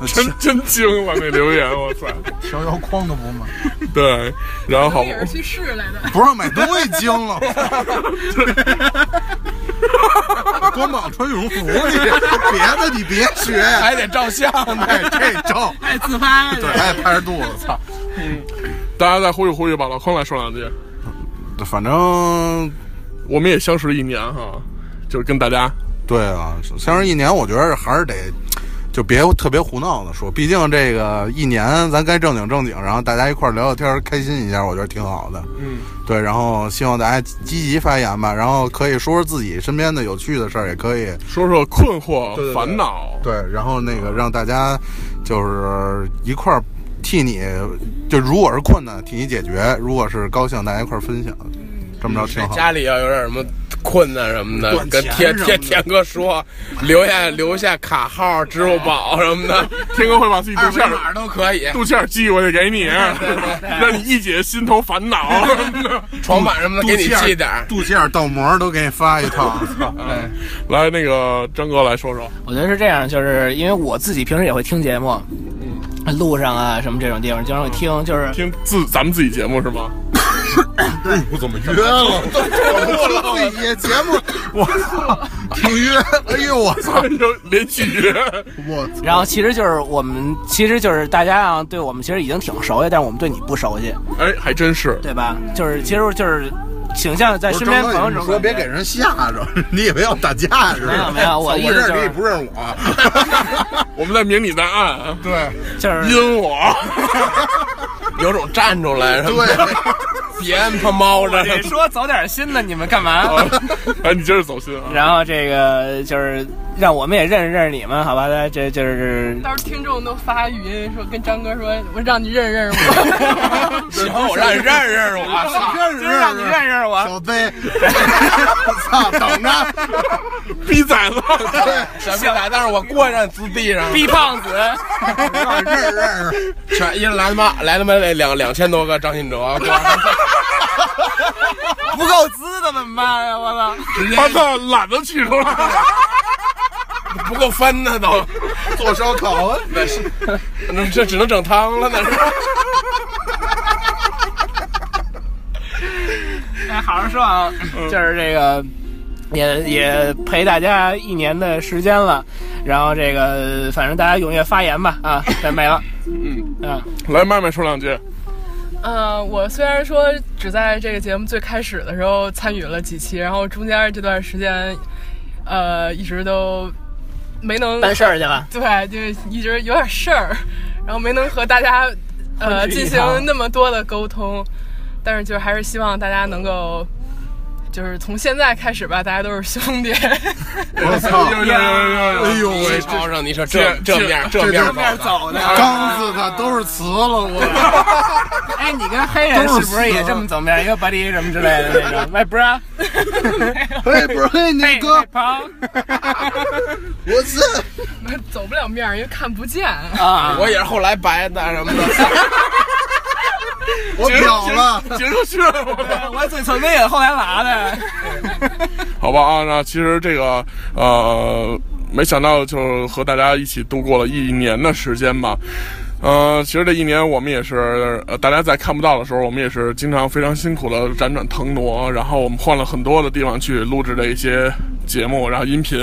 这真真惊了那留言，我操！条条框都不满，对，然后也是去试来的。不让买东西惊了， 光膀穿羽绒服，你别的你别学， 还得照相呢。哎，这招爱自拍，对，爱拍着肚子，操，大家再呼吁呼吁吧，老匡来说两句。反正我们也相识一年哈，就是跟大家对啊，相识一年，我觉得还是得就别特别胡闹的说，毕竟这个一年咱该正经正经，然后大家一块儿聊聊天儿，开心一下，我觉得挺好的。嗯，对，然后希望大家积极发言吧，然后可以说说自己身边的有趣的事儿，也可以说说困惑、对对对烦恼。对，然后那个让大家就是一块儿替你，就如果是困难替你解决，如果是高兴大家一块儿分享，这么着挺好。家里要有点什么困难什么的，管跟钱天什么天的天哥说，留下留下卡号、支付宝什么 的，天哥会把自己肚二脐维眼码都可以，肚脐眼寄过去给你， 让你一解心头烦恼。 床板什么的给你肚脐寄眼点儿。肚脐眼倒模都给你发一 套，来，那个张哥来说说，我觉得是这样，就是因为我自己平时也会听节目，路上啊什么这种地方经常会听，就是听自咱们自己节目是吗？我怎么约了？我自己节目，我操，挺约，哎呦我操，就连续 约，我然后其实就是我们，其实就是大家啊，对我们其实已经挺熟悉，但是我们对你不熟悉，哎，还真是。对吧？就是其实就是倾向在不是身边张朋哥友你中说别给人吓着，你以为要打架似的？没有没有我我的意思认识就你是你不认识我，我们在明里在暗，对就是啊阴 我。有种站出来什么的，对。别他猫着。你说哦走点新的，你们干嘛？哎，你接着走心啊！ 然后这个就是让我们也认识认识你们，好吧？大家这就是到时候听众都发语音说跟张哥说，我让你认识认识我。 行，我让你认识认识我。认啊就是啊让你认识我，小飞，我操，等着，逼崽子，什么来？但是我过让你滋地上，逼胖子。让你认识认识。全一人来他妈来他妈两两千多个张信哲，不够资怎么办呀？我操！直接他操，懒得取出来。 不够分呢 都，做烧啊 烤，那这只能整汤 了呢。哎，好好说啊，就是这个。也也陪大家一年的时间了，然后这个反正大家踊跃发言吧啊， 再没了，嗯啊，来，麦麦说两句。嗯，我虽然说只在这个节目最开始的时候参与了几期，然后中间这段时间，呃，一直都没能办事儿去了，对，就是一直有点事儿，然后没能和大家呃 欢聚一进行堂那么多的沟通，但是就是还是希望大家能够，就是从现在开始吧，大家都是兄弟，我操，呦呦呦哎！呦我喂，抄上你说这这面这面走的。刚子的都是瓷了，我哎，你跟黑人是不是也这么走面？一个 buddy 什么之类的那种？喂，bro，嘿不是嘿那哥喂，pal 我操，走不了面儿，因为看不见。 啊，我也是后来白的什么的，我秒了，结束去了。我嘴唇子也是后来拉的。好吧啊，那其实这个呃，没想到就和大家一起度过了一年的时间吧。呃，其实这一年我们也是，呃，大家在看不到的时候，我们也是经常非常辛苦的辗转腾挪，然后我们换了很多的地方去录制的一些节目，然后音频，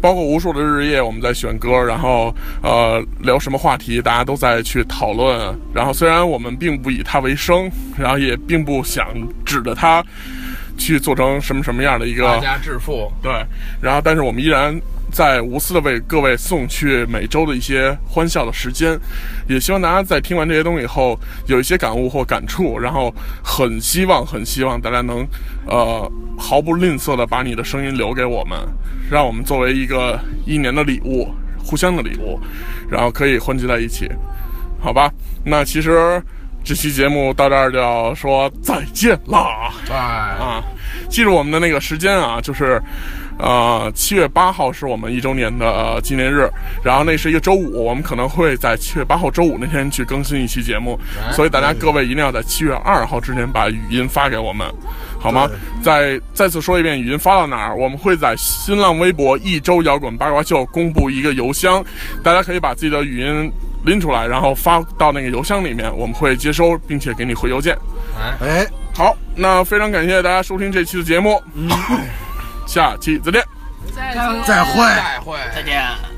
包括无数的日夜，我们在选歌，然后呃聊什么话题，大家都在去讨论。然后虽然我们并不以它为生，然后也并不想指着它去做成什么什么样的一个大家致富。对，然后但是我们依然在无私的为各位送去每周的一些欢笑的时间，也希望大家在听完这些东西以后有一些感悟或感触，然后很希望很希望大家能呃毫不吝啬的把你的声音留给我们，让我们作为一个一年的礼物，互相的礼物，然后可以欢聚在一起，好吧？那其实。这期节目到这儿就要说再见啦！哎，啊，记住我们的那个时间啊，就是，呃，七月八号是我们一周年的、呃纪念日，然后那是一个周五，我们可能会在七月八号周五那天去更新一期节目，所以大家各位一定要在七月二号之前把语音发给我们，好吗？再再次说一遍，语音发到哪儿？我们会在新浪微博一周摇滚八卦秀公布一个邮箱，大家可以把自己的语音。拎出来，然后发到那个邮箱里面，我们会接收，并且给你回邮件。哎，好，那非常感谢大家收听这期的节目，嗯、下期再见。再见再会。再会。再见。